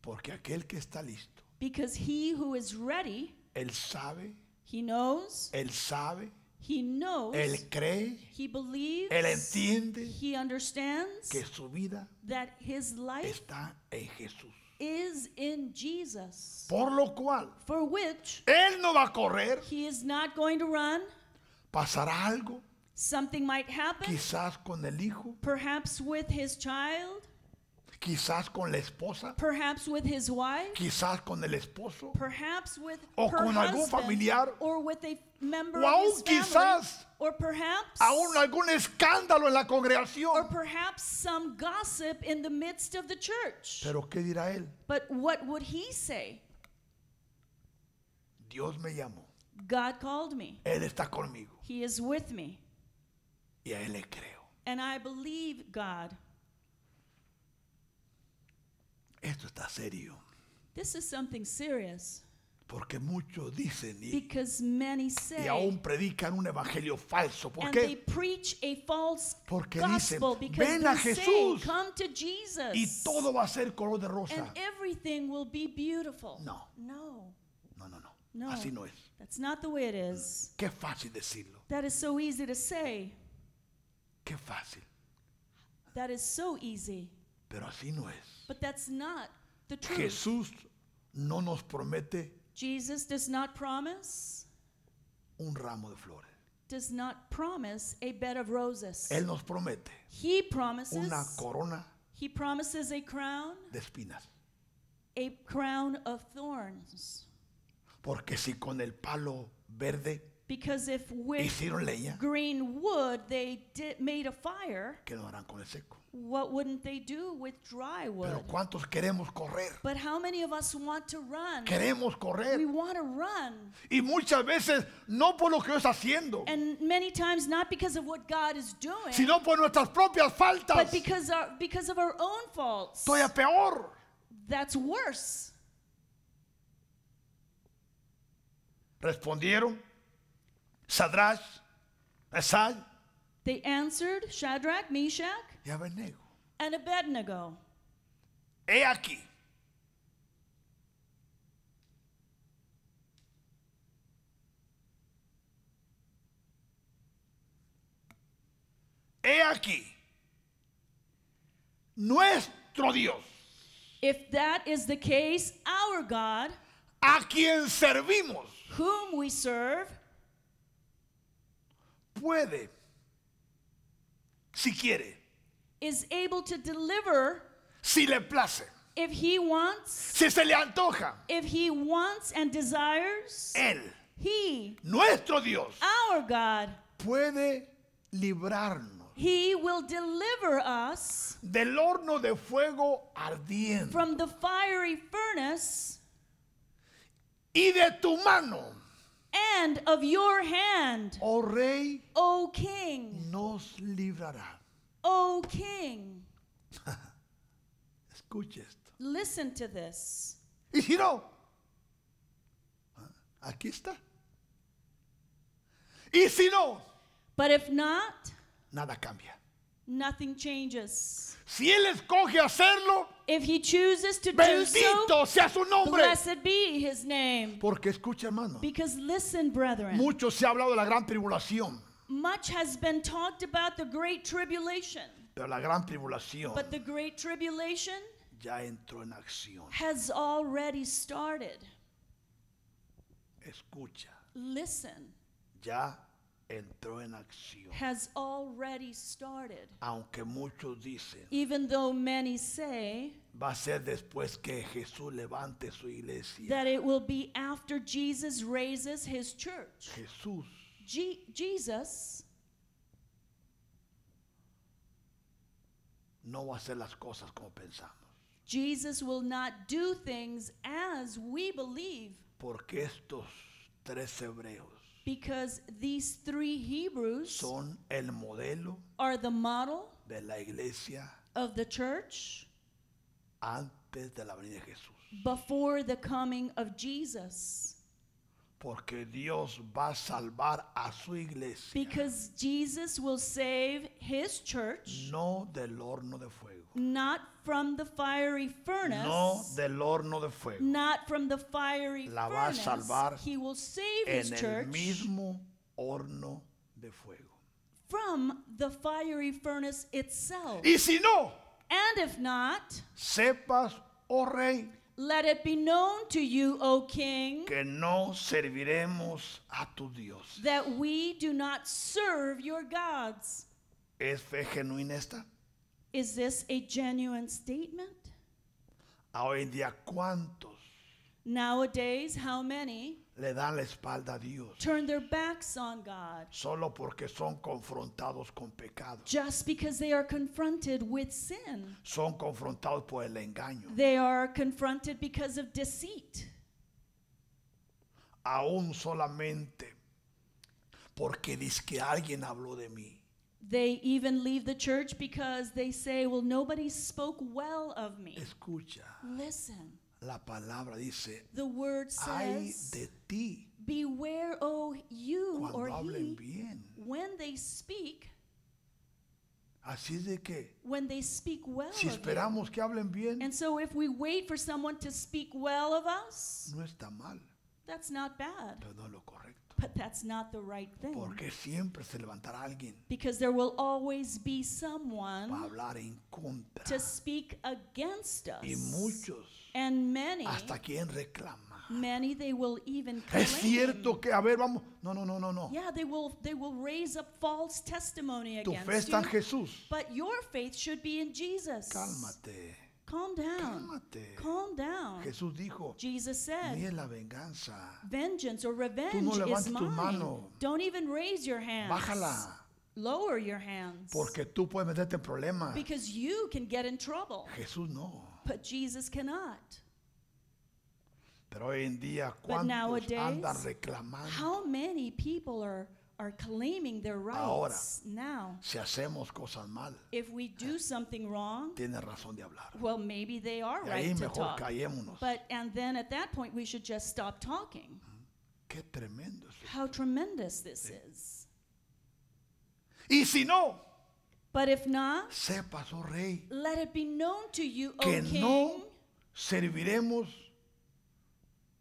S1: Porque aquel que está listo,
S2: Because he who is ready,
S1: él sabe,
S2: he knows,
S1: él sabe,
S2: he knows,
S1: él cree,
S2: he believes,
S1: él entiende
S2: he understands
S1: que su vida
S2: that his life
S1: está en Jesús.
S2: is in Jesus.
S1: Por lo cual,
S2: For which
S1: él no va a correr.
S2: he is not going to run.
S1: Pasará algo,
S2: Something might happen,
S1: quizás con el hijo,
S2: perhaps with his child,
S1: quizás con la esposa,
S2: perhaps with his wife.
S1: quizás con el esposo,
S2: perhaps with
S1: O
S2: her
S1: con algún
S2: husband,
S1: familiar.
S2: or with a member
S1: O
S2: of
S1: aún
S2: his family,
S1: quizás
S2: or perhaps
S1: aún algún escándalo en la
S2: or
S1: congregación.
S2: perhaps some gossip in the midst of the church
S1: Pero ¿qué dirá él?
S2: but what would he say
S1: Dios me llamó,
S2: god called me
S1: él está conmigo
S2: he is with me
S1: y a él le creo.
S2: and i believe god
S1: Esto está serio,
S2: this is something serious
S1: porque muchos dicen y
S2: because many say
S1: y aún predican un evangelio falso. ¿Por
S2: and they
S1: qué?
S2: preach a false
S1: Porque dicen,
S2: gospel because
S1: "Ven a
S2: they say,
S1: Jesús."
S2: come to jesus
S1: Y todo va a ser color de
S2: and
S1: rosa.
S2: everything will be beautiful
S1: No.
S2: no
S1: No, no, no.
S2: No.
S1: Así no es.
S2: That's not the way it is.
S1: Qué fácil decirlo.
S2: That is so easy to say.
S1: Qué fácil.
S2: That is so easy.
S1: Pero así no es.
S2: But that's not the truth.
S1: Jesús no nos promete
S2: Jesus does not promise,
S1: un ramo de flores.
S2: does not promise a bed of roses.
S1: Él nos promete
S2: he promises,
S1: una corona
S2: he promises a crown,
S1: de espinas.
S2: a crown of thorns.
S1: Porque si con el palo verde
S2: Because if with
S1: hicieron leña,
S2: green wood they did, made a fire,
S1: ¿qué no harán con el seco?
S2: what wouldn't they do with dry wood?
S1: Pero ¿cuántos queremos correr?
S2: but how many of us want to run?
S1: Queremos
S2: We
S1: correr.
S2: want to run.
S1: Y muchas veces no por lo que está haciendo.
S2: and many times not because of what God is doing,
S1: sino por nuestras propias faltas.
S2: but because our, because of our own faults.
S1: Todavía peor.
S2: That's worse.
S1: Respondieron Sadrach, Mesach
S2: They answered Shadrach, Meshach,
S1: y Abednego.
S2: and Abednego.
S1: He aquí. He aquí. Nuestro Dios,
S2: If that is the case, our God,
S1: a quien servimos,
S2: whom we serve,
S1: puede, si quiere,
S2: is able to deliver
S1: si le place,
S2: if he wants,
S1: si se le antoja.
S2: if he wants and desires,
S1: Él,
S2: he,
S1: nuestro Dios,
S2: our God,
S1: puede librarnos
S2: he will deliver us
S1: del horno de fuego ardiente
S2: from the fiery furnace
S1: y de tu mano,
S2: and of your hand,
S1: oh Rey,
S2: O King,
S1: nos librará.
S2: O King.
S1: Escuche esto.
S2: Listen to this.
S1: ¿ah? Y si no, aquí está. Y si no,
S2: But if not,
S1: nada cambia.
S2: nothing changes.
S1: Si Él escoge hacerlo,
S2: If he chooses to do so,
S1: bendito sea su nombre.
S2: blessed be his name.
S1: Porque escucha, hermano,
S2: Because listen, brethren,
S1: mucho se ha hablado de la gran tribulación,
S2: much has been talked about the great tribulation,
S1: pero la gran tribulación
S2: but the great tribulation
S1: ya entró en acción.
S2: has already started.
S1: Escucha,
S2: Listen,
S1: ya entró en acción.
S2: has already started.
S1: Aunque muchos dicen,
S2: Even though many say
S1: va a ser después que Jesús levante su iglesia.
S2: that it will be after Jesus raises his church.
S1: Jesús
S2: Je- Jesus
S1: no va a hacer las cosas como pensamos,
S2: Jesus will not do things as we believe
S1: porque estos tres hebreos
S2: because these three Hebrews
S1: son el modelo
S2: are the model
S1: de la iglesia
S2: of the church
S1: antes de la venida de Jesús.
S2: before the coming of Jesus.
S1: Porque Dios va a salvar a su iglesia,
S2: Because Jesus will save his church
S1: no del horno de fuego,
S2: not from the fiery
S1: no
S2: furnace,
S1: del horno de fuego,
S2: not from the fiery
S1: La va a
S2: furnace.
S1: salvar
S2: He will save his
S1: en el
S2: church
S1: mismo horno de fuego.
S2: from the fiery furnace itself.
S1: Y si no,
S2: And if not,
S1: sepas, oh rey,
S2: Let it be known to you, O king,
S1: que no serviremos a tu Dios.
S2: that we do not serve your gods.
S1: ¿Es fe genuina esta?
S2: Is this a genuine statement?
S1: A hoy en día, ¿cuántos
S2: Nowadays, how many
S1: le dan la espalda a Dios
S2: turn their backs on God
S1: solo porque son confrontados con pecados?
S2: just because they are confronted with sin?
S1: Son confrontados por el engaño.
S2: They are confronted because of deceit,
S1: Aún solamente porque dice que alguien habló de mí.
S2: they even leave the church because they say, Well, nobody spoke well of me.
S1: Escucha,
S2: Listen,
S1: la palabra dice,
S2: the word
S1: ay
S2: says,
S1: de ti
S2: Beware, O you or
S1: cuando hablen
S2: he.
S1: bien.
S2: when they speak,
S1: Así es de que
S2: when they speak well
S1: si
S2: of you.
S1: esperamos que hablen bien,
S2: And so if we wait for someone to speak well of us,
S1: no está mal,
S2: that's not bad,
S1: pero no es lo correcto.
S2: but that's not the right thing.
S1: Porque siempre se levantará alguien
S2: Because there will always be
S1: para
S2: someone
S1: hablar en contra.
S2: to speak against us.
S1: Y muchos
S2: And many,
S1: hasta quien reclama.
S2: many they will even claim.
S1: Es cierto que, a ver, vamos. No, no, no, no, no.
S2: Yeah, they will they will raise up false testimony
S1: Tu fe
S2: against
S1: está
S2: you.
S1: en Jesús.
S2: But your faith should be in Jesus.
S1: Cálmate,
S2: Calm down.
S1: cálmate.
S2: Calm down.
S1: Jesús dijo,
S2: Jesus said,
S1: ni es la venganza.
S2: Vengeance or revenge
S1: levantes
S2: is
S1: tu
S2: mine.
S1: mano.
S2: Don't even raise your hands.
S1: Bájala,
S2: Lower your hands.
S1: porque tú puedes meterte en problemas.
S2: Because you can get in trouble.
S1: Jesús no.
S2: But Jesus cannot.
S1: Pero hoy en día, ¿cuántos
S2: nowadays,
S1: andan reclamando
S2: How many people are, are claiming their
S1: Ahora.
S2: rights now?
S1: si hacemos cosas mal?
S2: If we do something wrong,
S1: Tienes razón de hablar.
S2: well, maybe they are
S1: Y ahí
S2: right to
S1: mejor
S2: talk.
S1: callémonos.
S2: But, and then at that point, we should just stop talking.
S1: Mm. Qué tremendo eso.
S2: How tremendous this is.
S1: Y si no,
S2: But if not,
S1: sepas, oh rey,
S2: let it be known to you, O
S1: que
S2: King.
S1: no serviremos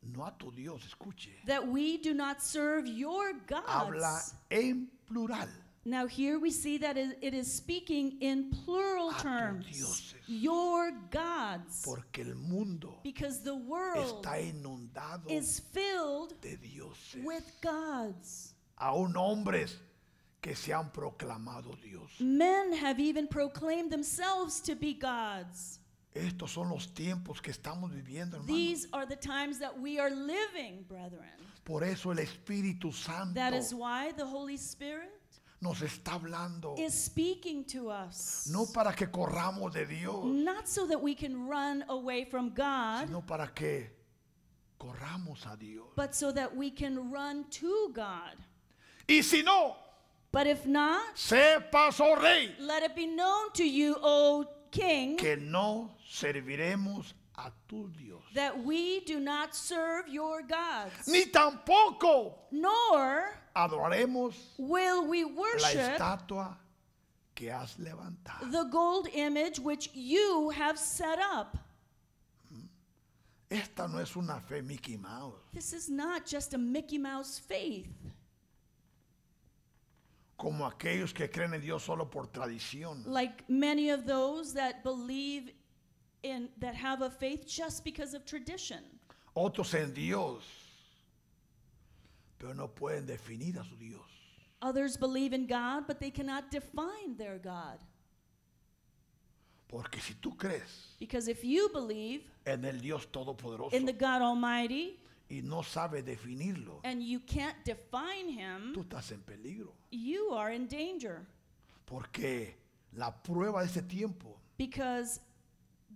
S1: no a tu Dios, escuche.
S2: that we do not serve your gods.
S1: Habla en plural.
S2: Now here we see that it it is speaking in plural
S1: A tus
S2: terms.
S1: dioses.
S2: Your gods.
S1: Porque el mundo
S2: Because the world
S1: está inundado
S2: is filled
S1: de dioses.
S2: with gods.
S1: Aún hombres que se han proclamado Dios.
S2: Men have even proclaimed themselves to be gods.
S1: Estos son los tiempos que estamos viviendo, hermano.
S2: These are the times that we are living, brethren.
S1: Por eso el Espíritu Santo
S2: That is why the Holy Spirit
S1: nos está hablando.
S2: is speaking to us.
S1: No para que corramos de Dios.
S2: Not so that we can run away from God,
S1: sino para que corramos a Dios.
S2: but so that we can run to God.
S1: Y si no,
S2: But if not,
S1: sepas, oh rey,
S2: let it be known to you, O king,
S1: que no serviremos a tu Dios,
S2: that we do not serve your gods,
S1: ni tampoco
S2: nor
S1: adoraremos
S2: will we
S1: la
S2: worship
S1: estatua que has levantado.
S2: the gold image which you have set up?
S1: Esta no es una fe Mickey Mouse.
S2: This is not just a Mickey Mouse faith,
S1: como aquellos que creen en Dios solo por tradición.
S2: like many of those that believe in, that have a faith just because of tradition.
S1: Otros en Dios, pero no pueden definir a su Dios.
S2: Others believe in God, but they cannot define their God.
S1: Porque si tú crees
S2: Because if you believe
S1: en el Dios Todopoderoso
S2: in the God Almighty
S1: y no sabes definirlo,
S2: and you can't define Him,
S1: tú estás en peligro.
S2: you are in danger.
S1: Porque la prueba de este tiempo
S2: Because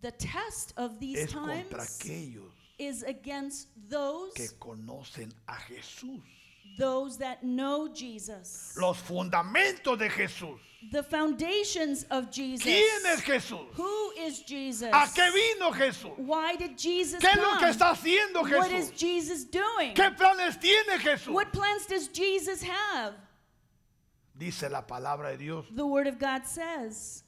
S2: the test of these
S1: es contra
S2: times
S1: aquellos
S2: is against those
S1: que conocen a Jesús.
S2: those that know Jesus.
S1: Los fundamentos de Jesús.
S2: The foundations of Jesus.
S1: ¿Quién es Jesús?
S2: Who is Jesus?
S1: ¿A qué vino Jesús?
S2: Why did Jesus
S1: ¿Qué es lo
S2: come?
S1: que está haciendo
S2: what is
S1: Jesús?
S2: Jesus doing?
S1: ¿Qué planes tiene Jesús?
S2: What plans does Jesus have?
S1: Dice la palabra de Dios
S2: The word of God says,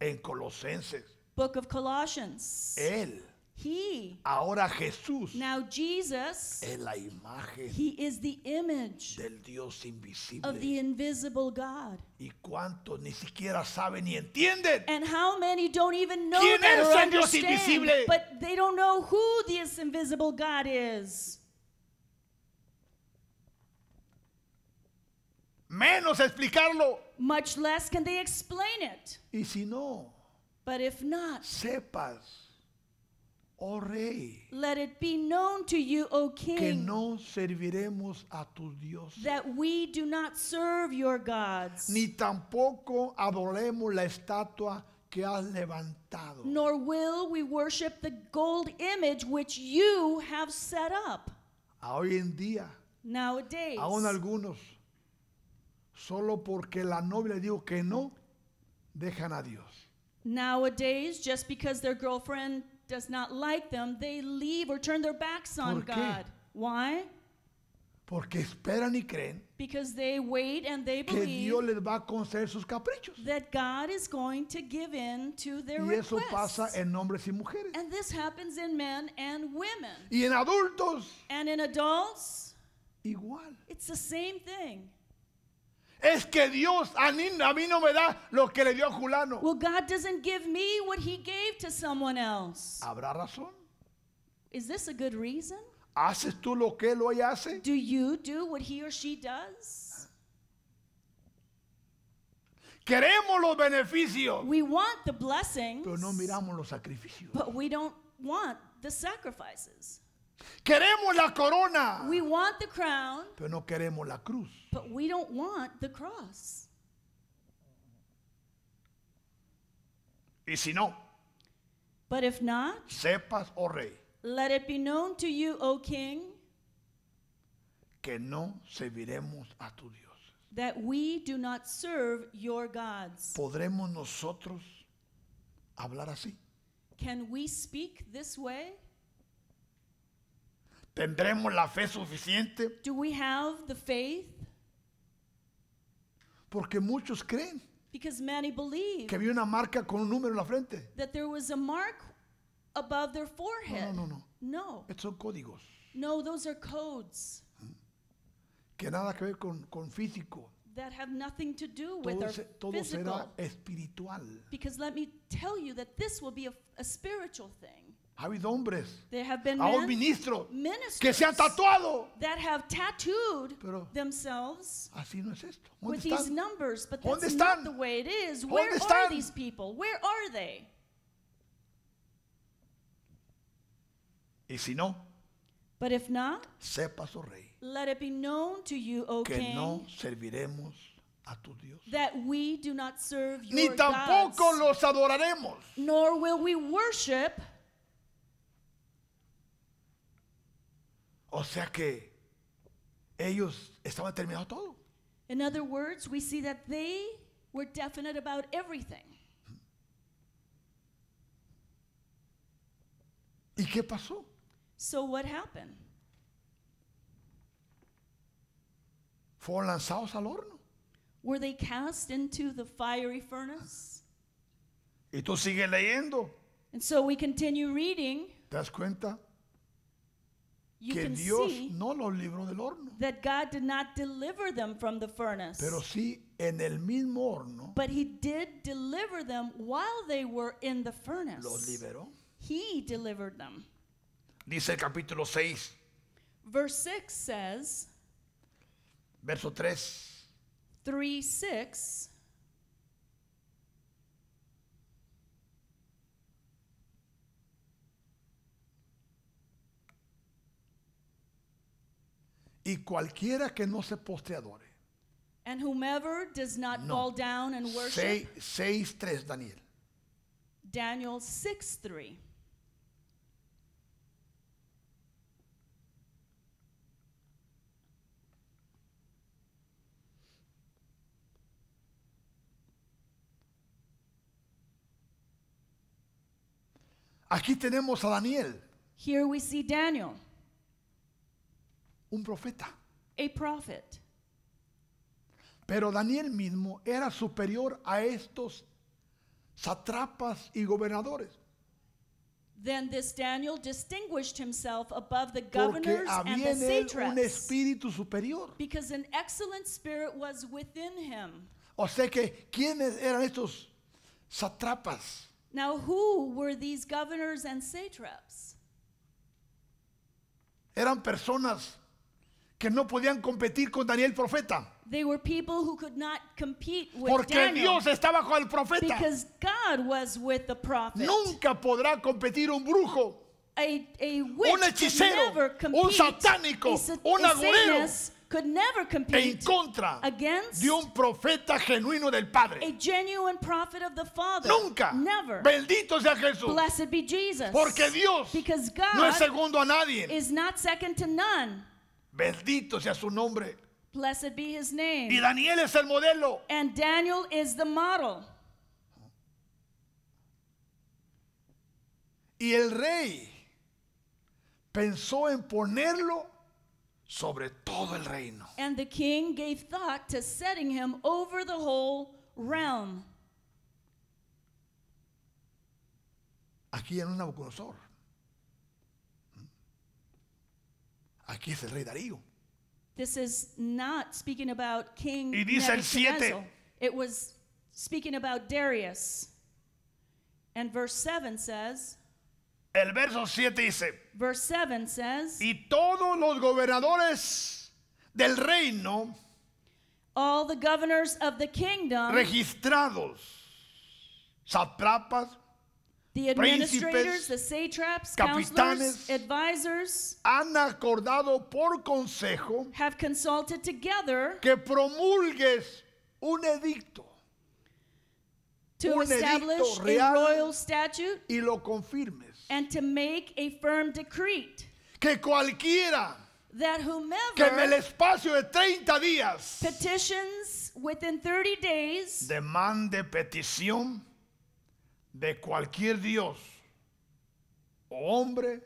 S1: en Colosenses.
S2: book of Colossians.
S1: Él,
S2: He,
S1: ahora Jesús,
S2: now Jesus,
S1: es la imagen
S2: he is the image
S1: del Dios
S2: of the
S1: invisible.
S2: invisible God.
S1: ¿Y cuántos ni siquiera saben ni entienden?
S2: And how many don't even know
S1: ¿Quién
S2: that
S1: es
S2: or
S1: el Dios
S2: understand,
S1: invisible?
S2: but they don't know who this invisible God is.
S1: Menos explicarlo.
S2: Much less can they explain it.
S1: Y si no,
S2: But if not,
S1: sepas, oh rey,
S2: let it be known to you, O
S1: que
S2: King,
S1: no serviremos a tus dioses.
S2: that we do not serve your gods,
S1: Ni tampoco adoremos la estatua que has levantado.
S2: nor will we worship the gold image which you have set up.
S1: A hoy en día
S2: Nowadays,
S1: Aún algunos, solo porque la novia le dijo que no, dejan a Dios.
S2: nowadays, just because their girlfriend does not like them, they leave or turn their backs on
S1: ¿Por qué?
S2: God. Why?
S1: Porque esperan y creen
S2: Because they wait and they
S1: que
S2: believe
S1: Dios les va a conceder sus caprichos.
S2: that God is going to give in to their
S1: Y eso
S2: requests.
S1: pasa en hombres y mujeres.
S2: And this happens in men and women.
S1: Y en adultos,
S2: And in adults,
S1: igual.
S2: it's the same thing.
S1: Es que Dios a mí, a mí no me da lo que le dio a Julano.
S2: Well, God doesn't give me what He gave to someone else.
S1: ¿Habrá razón?
S2: Is this a good reason?
S1: ¿Haces tú lo que él hoy hace?
S2: Do you do what he or she does?
S1: Queremos los beneficios,
S2: We want the blessings,
S1: pero no miramos los sacrificios.
S2: but we don't want the sacrifices.
S1: Queremos la corona,
S2: We want the crown,
S1: pero no queremos la cruz.
S2: but we don't want the cross.
S1: Y si no,
S2: But if not,
S1: sepas, oh rey,
S2: let it be known to you, O king,
S1: que no serviremos a tu Dios.
S2: that we do not serve your gods.
S1: ¿Podremos nosotros hablar así?
S2: Can we speak this way?
S1: ¿Tendremos la fe suficiente?
S2: Do we have the faith?
S1: Porque muchos creen
S2: Because many believe
S1: que había una marca con un número en la frente.
S2: that there was a mark above their forehead.
S1: No, no, no,
S2: No,
S1: Estos son códigos
S2: no, those are codes
S1: que nada que ver con, con físico.
S2: that have nothing to do with
S1: Todo,
S2: our
S1: se- todo
S2: physical.
S1: será espiritual.
S2: Because let me tell you that this will be a, a spiritual thing.
S1: Ha habido hombres,
S2: There have been
S1: a un
S2: men,
S1: ministro, que
S2: ministers
S1: se han tatuado.
S2: that have tattooed
S1: Pero-
S2: themselves
S1: Así no es esto.
S2: with
S1: ¿Dónde
S2: these
S1: están?
S2: numbers, but
S1: ¿Dónde
S2: that's not
S1: están?
S2: the way it is.
S1: ¿Dónde
S2: Where are
S1: están?
S2: these people? Where are they?
S1: Y si no,
S2: But if not,
S1: sepas, oh rey,
S2: let it be known to you, O
S1: que
S2: king,
S1: no serviremos a tu Dios.
S2: that we do not serve
S1: ni
S2: your
S1: tampoco
S2: gods,
S1: los adoraremos.
S2: nor will we worship.
S1: O sea que ellos estaban terminado todo.
S2: In other words, we see that they were definite about everything.
S1: ¿Y qué pasó?
S2: So what happened?
S1: fueron lanzados al horno.
S2: Were they cast into the fiery furnace?
S1: Y tú sigues leyendo.
S2: And so we continue reading.
S1: ¿Te das cuenta?
S2: You
S1: que
S2: can
S1: Dios
S2: see
S1: no los libró del horno,
S2: that God did not deliver them from the furnace,
S1: pero sí en el mismo horno
S2: but He did deliver them while they were in the
S1: los
S2: furnace.
S1: liberó.
S2: He delivered them.
S1: Dice el capítulo 6,
S2: Verse 6 says,
S1: verso 3.
S2: 3 6,
S1: Y cualquiera que no se postre adore.
S2: and whomever does not
S1: No.
S2: fall down and worship,
S1: 6, 6, 3, Daniel.
S2: Daniel 6 3.
S1: Aquí tenemos a Daniel,
S2: Here we see Daniel,
S1: un profeta.
S2: a prophet.
S1: Pero Daniel mismo era superior a estos satrapas y gobernadores.
S2: Then this Daniel distinguished himself above the
S1: Porque
S2: governors and
S1: había
S2: the
S1: en él un
S2: satraps.
S1: espíritu superior.
S2: Because an excellent spirit was within him.
S1: O sea que, ¿quiénes eran estos satrapas?
S2: Now, who were these governors and satraps?
S1: Eran personas que no podían competir con Daniel profeta.
S2: They were people who could not compete with
S1: Porque
S2: Daniel
S1: Dios estaba con el profeta.
S2: Pues because God was with the prophet.
S1: Nunca podrá competir un brujo.
S2: a, a witch
S1: un hechicero,
S2: could never
S1: un
S2: compete.
S1: satánico,
S2: a, sa-
S1: un
S2: a
S1: agorero.
S2: Satanist could never
S1: En
S2: compete
S1: contra
S2: against
S1: de un profeta genuino del
S2: a
S1: Padre.
S2: genuine prophet of the Father.
S1: Nunca.
S2: Never.
S1: Bendito sea Jesús.
S2: Blessed be Jesus.
S1: Porque Dios
S2: because God
S1: No es segundo a nadie.
S2: is not second to none.
S1: Bendito sea su nombre.
S2: Blessed be his
S1: Y
S2: name.
S1: Daniel es el modelo.
S2: And Daniel is the model.
S1: Y el rey pensó en ponerlo sobre todo el reino.
S2: And the king gave thought to setting him over the whole realm.
S1: Aquí en un Nabucodonosor. Aquí es el rey Darío.
S2: This is not speaking about King
S1: Y dice el siete.
S2: Nebuchadnezzar. It was speaking about Darius. And verse 7 says,
S1: El verso 7 dice.
S2: verse 7 says,
S1: Y todos los gobernadores del reino
S2: all the governors of the kingdom,
S1: registrados, satrapas,
S2: the administrators,
S1: príncipes,
S2: the satraps,
S1: capitanes,
S2: counselors, advisors,
S1: han acordado por consejo
S2: have consulted together
S1: que promulgues un edicto
S2: to
S1: un
S2: establish
S1: edicto
S2: a
S1: real.
S2: royal statute
S1: y lo confirmes.
S2: and to make a firm decree
S1: Que cualquiera
S2: that
S1: que en el
S2: whomever
S1: espacio de 30 días
S2: petitions within 30 days
S1: demande petición de cualquier dios o hombre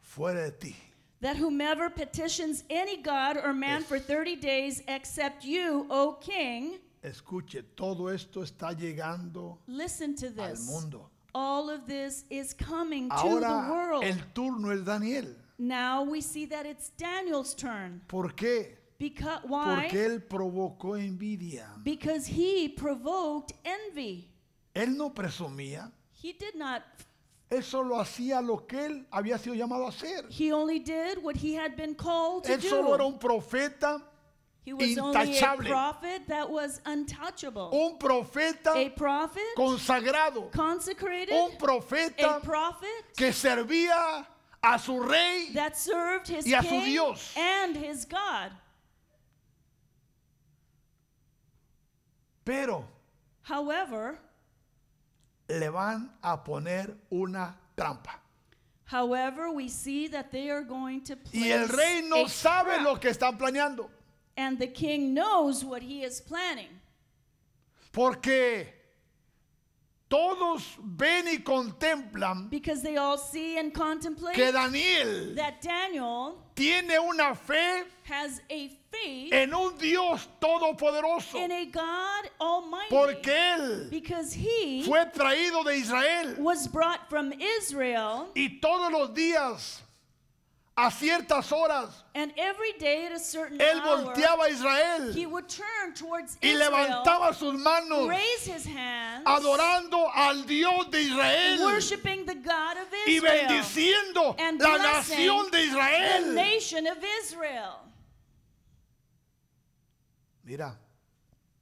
S1: fuera de ti,
S2: that whomever petitions any god or man for 30 days except you o king
S1: escuche, todo esto está llegando
S2: listen to
S1: al
S2: this
S1: mundo.
S2: all of this is coming to the
S1: Ahora
S2: world
S1: el turno es Daniel.
S2: now we see that it's daniel's turn
S1: ¿Por qué?
S2: because why
S1: Porque él provocó envidia.
S2: because he provoked envy
S1: Él no presumía.
S2: he did not
S1: Eso lo hacía lo que él había sido llamado a hacer.
S2: he only did what he had been called to
S1: Él solo era
S2: do
S1: un profeta,
S2: He was only a
S1: Intachable.
S2: prophet that was untouchable.
S1: un profeta
S2: A prophet
S1: consagrado,
S2: consecrated,
S1: un
S2: a
S1: profeta
S2: prophet
S1: que servía a su rey.
S2: that served his
S1: Y a su
S2: king
S1: Dios.
S2: and his God.
S1: Pero
S2: However,
S1: le van a poner una trampa.
S2: however, we see that they are going to place
S1: Y el rey no
S2: a
S1: sabe
S2: trap,
S1: lo que están planeando.
S2: and the king knows what he is planning
S1: Porque Todos ven y contemplan
S2: because they all see and contemplate
S1: que Daniel
S2: that Daniel
S1: tiene una fe
S2: has a faith
S1: en un Dios todopoderoso,
S2: in a God Almighty
S1: porque él
S2: because he
S1: fue traído de Israel
S2: was brought from Israel,
S1: y todos los días, a ciertas horas,
S2: and every day at a certain
S1: él
S2: hour
S1: volteaba a
S2: he
S1: Israel
S2: would turn towards
S1: y
S2: Israel,
S1: levantaba sus manos
S2: raise his hands,
S1: adorando al Dios de Israel
S2: worshiping the God of
S1: y
S2: Israel,
S1: bendiciendo
S2: and
S1: la
S2: blessing
S1: nación de
S2: the
S1: Israel.
S2: nation of Israel.
S1: Mira,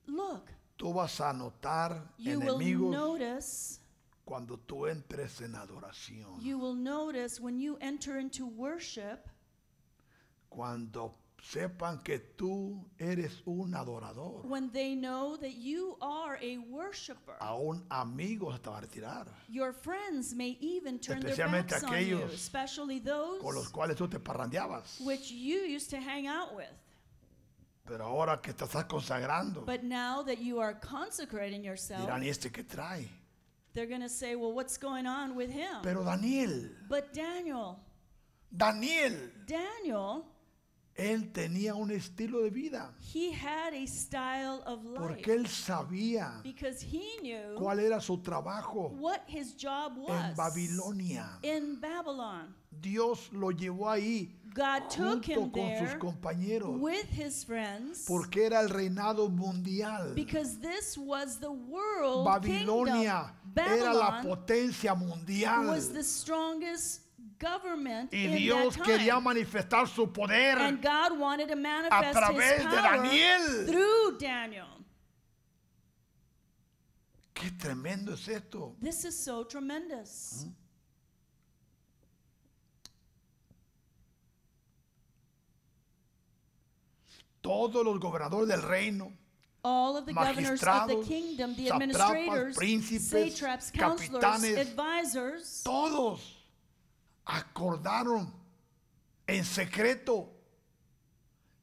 S2: Look,
S1: tú vas a notar
S2: you will
S1: enemigos
S2: notice.
S1: cuando tú entres en adoración.
S2: You will notice when you enter into worship,
S1: Cuando sepan que tú eres un adorador,
S2: when they know that you are a worshiper,
S1: aún amigos hasta va a retirar,
S2: your friends may even turn their
S1: Especialmente
S2: backs on you,
S1: aquellos
S2: especially
S1: con los
S2: those
S1: cuales tú te parrandeabas.
S2: which you used to hang out with.
S1: Pero ahora que te estás consagrando,
S2: But now that you are consecrating
S1: dirán,
S2: yourself,
S1: ¿y este que trae?
S2: Uh-huh. they're going to say, well, what's going on with him?
S1: Pero Daniel,
S2: But Daniel,
S1: Daniel,
S2: Daniel,
S1: él tenía un estilo de vida.
S2: he had a style of life
S1: Porque él sabía
S2: because he knew
S1: cuál era su trabajo
S2: what his job
S1: en
S2: was
S1: Babilonia.
S2: in Babylon.
S1: Dios lo llevó ahí
S2: God took him
S1: junto con sus
S2: there
S1: compañeros
S2: with his friends
S1: porque era el reinado mundial.
S2: because this was the world
S1: Babilonia
S2: kingdom.
S1: era la
S2: Babylon
S1: potencia mundial
S2: was the strongest government
S1: y
S2: in
S1: Dios
S2: that
S1: quería
S2: time.
S1: manifestar su poder
S2: And God wanted to
S1: a
S2: manifest
S1: través
S2: his
S1: de
S2: power
S1: Daniel.
S2: through Daniel.
S1: Qué tremendo es esto.
S2: This is so tremendous.
S1: Todos los gobernadores del reino,
S2: All of the governors of the
S1: Magistrados,
S2: kingdom, the
S1: satrapas,
S2: administrators,
S1: príncipes,
S2: satraps, counselors,
S1: capitanes,
S2: advisors,
S1: todos acordaron en secreto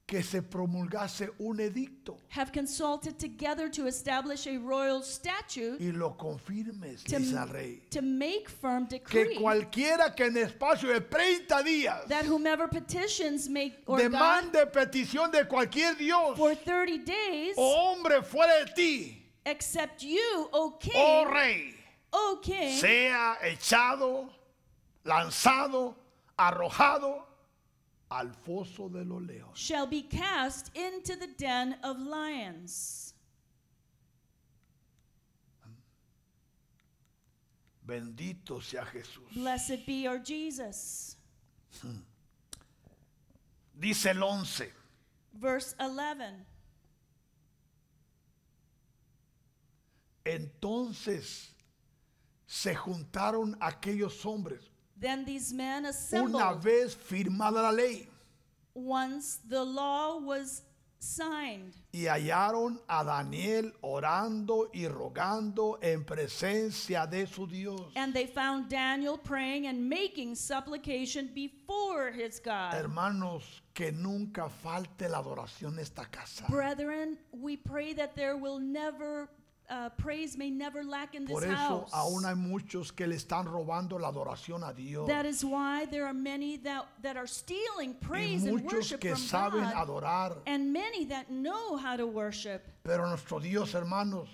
S1: que se promulgase un edicto
S2: have consulted together to establish a royal statute
S1: y lo confirmes,
S2: to,
S1: dice al rey.
S2: to make firm
S1: Que
S2: decree
S1: cualquiera que en espacio de 30 días
S2: that whomever petitions make or God
S1: demande petición de cualquier Dios
S2: for 30 days,
S1: o hombre fuera de ti,
S2: except you, O
S1: oh
S2: king,
S1: rey,
S2: O king,
S1: sea echado, lanzado, arrojado al foso de los leones.
S2: shall be cast into the den of lions.
S1: Bendito sea Jesús.
S2: Blessed be our Jesus.
S1: Dice el 11.
S2: Verse 11.
S1: Entonces se juntaron aquellos hombres
S2: Then these men
S1: una
S2: assembled
S1: vez firmada la ley
S2: once the law was signed.
S1: y hallaron a Daniel orando y rogando en presencia de su Dios.
S2: And they found Daniel praying and making supplication before his God.
S1: Hermanos, que nunca falte la adoración en esta casa.
S2: Brethren, we pray that there will never, uh, praise may never lack in
S1: Por
S2: this
S1: eso aún
S2: house.
S1: hay muchos que le están robando la adoración a Dios.
S2: That is why there are many that, that are stealing
S1: Y
S2: praise and
S1: muchos
S2: worship
S1: que
S2: from
S1: saben
S2: God,
S1: adorar.
S2: and many that know how to worship.
S1: Pero nuestro Dios, hermanos,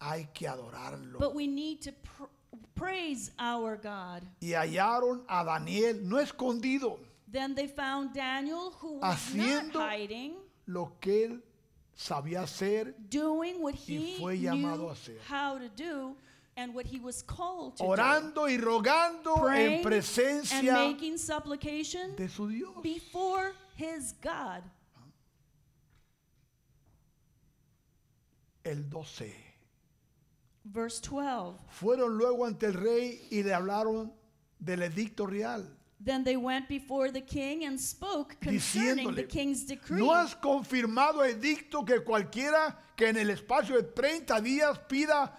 S1: hay que adorarlo.
S2: But we need to pr- praise our God.
S1: y hallaron a Daniel no escondido
S2: Then they found Daniel, who was not
S1: Haciendo-
S2: hiding,
S1: lo que él sabía hacer,
S2: doing what he
S1: fue llamado a
S2: knew
S1: hacer.
S2: how to do and what he was called to do.
S1: orando y rogando en
S2: Praying and
S1: presencia
S2: making supplication
S1: de su Dios.
S2: before his God.
S1: El 12.
S2: Verse 12.
S1: Fueron luego ante el rey y le hablaron del edicto real.
S2: Then they went before the king and spoke concerning the
S1: Diciéndole,
S2: king's decree.
S1: ¿No has confirmado edicto que cualquiera que en el espacio de 30 días pida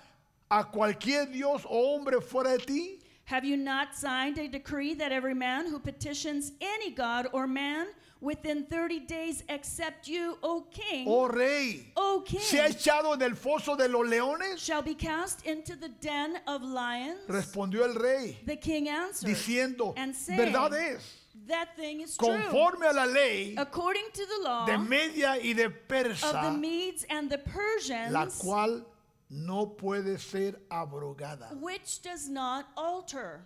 S1: a cualquier Dios o hombre fuera de ti?
S2: Have you not signed a decree that every man who petitions any god or man within 30 days except you, O king,
S1: Oh rey,
S2: O
S1: sea
S2: king
S1: echado en el foso de los leones?
S2: shall be cast into the den of lions?
S1: Respondió el rey,
S2: The king answered,
S1: diciendo,
S2: and saying,
S1: verdad es,
S2: That thing is true.
S1: conforme a la ley
S2: According to the law
S1: de Media y de
S2: of the
S1: Persa,
S2: Medes and the
S1: la
S2: Persians,
S1: cual no puede ser abrogada.
S2: which does not alter.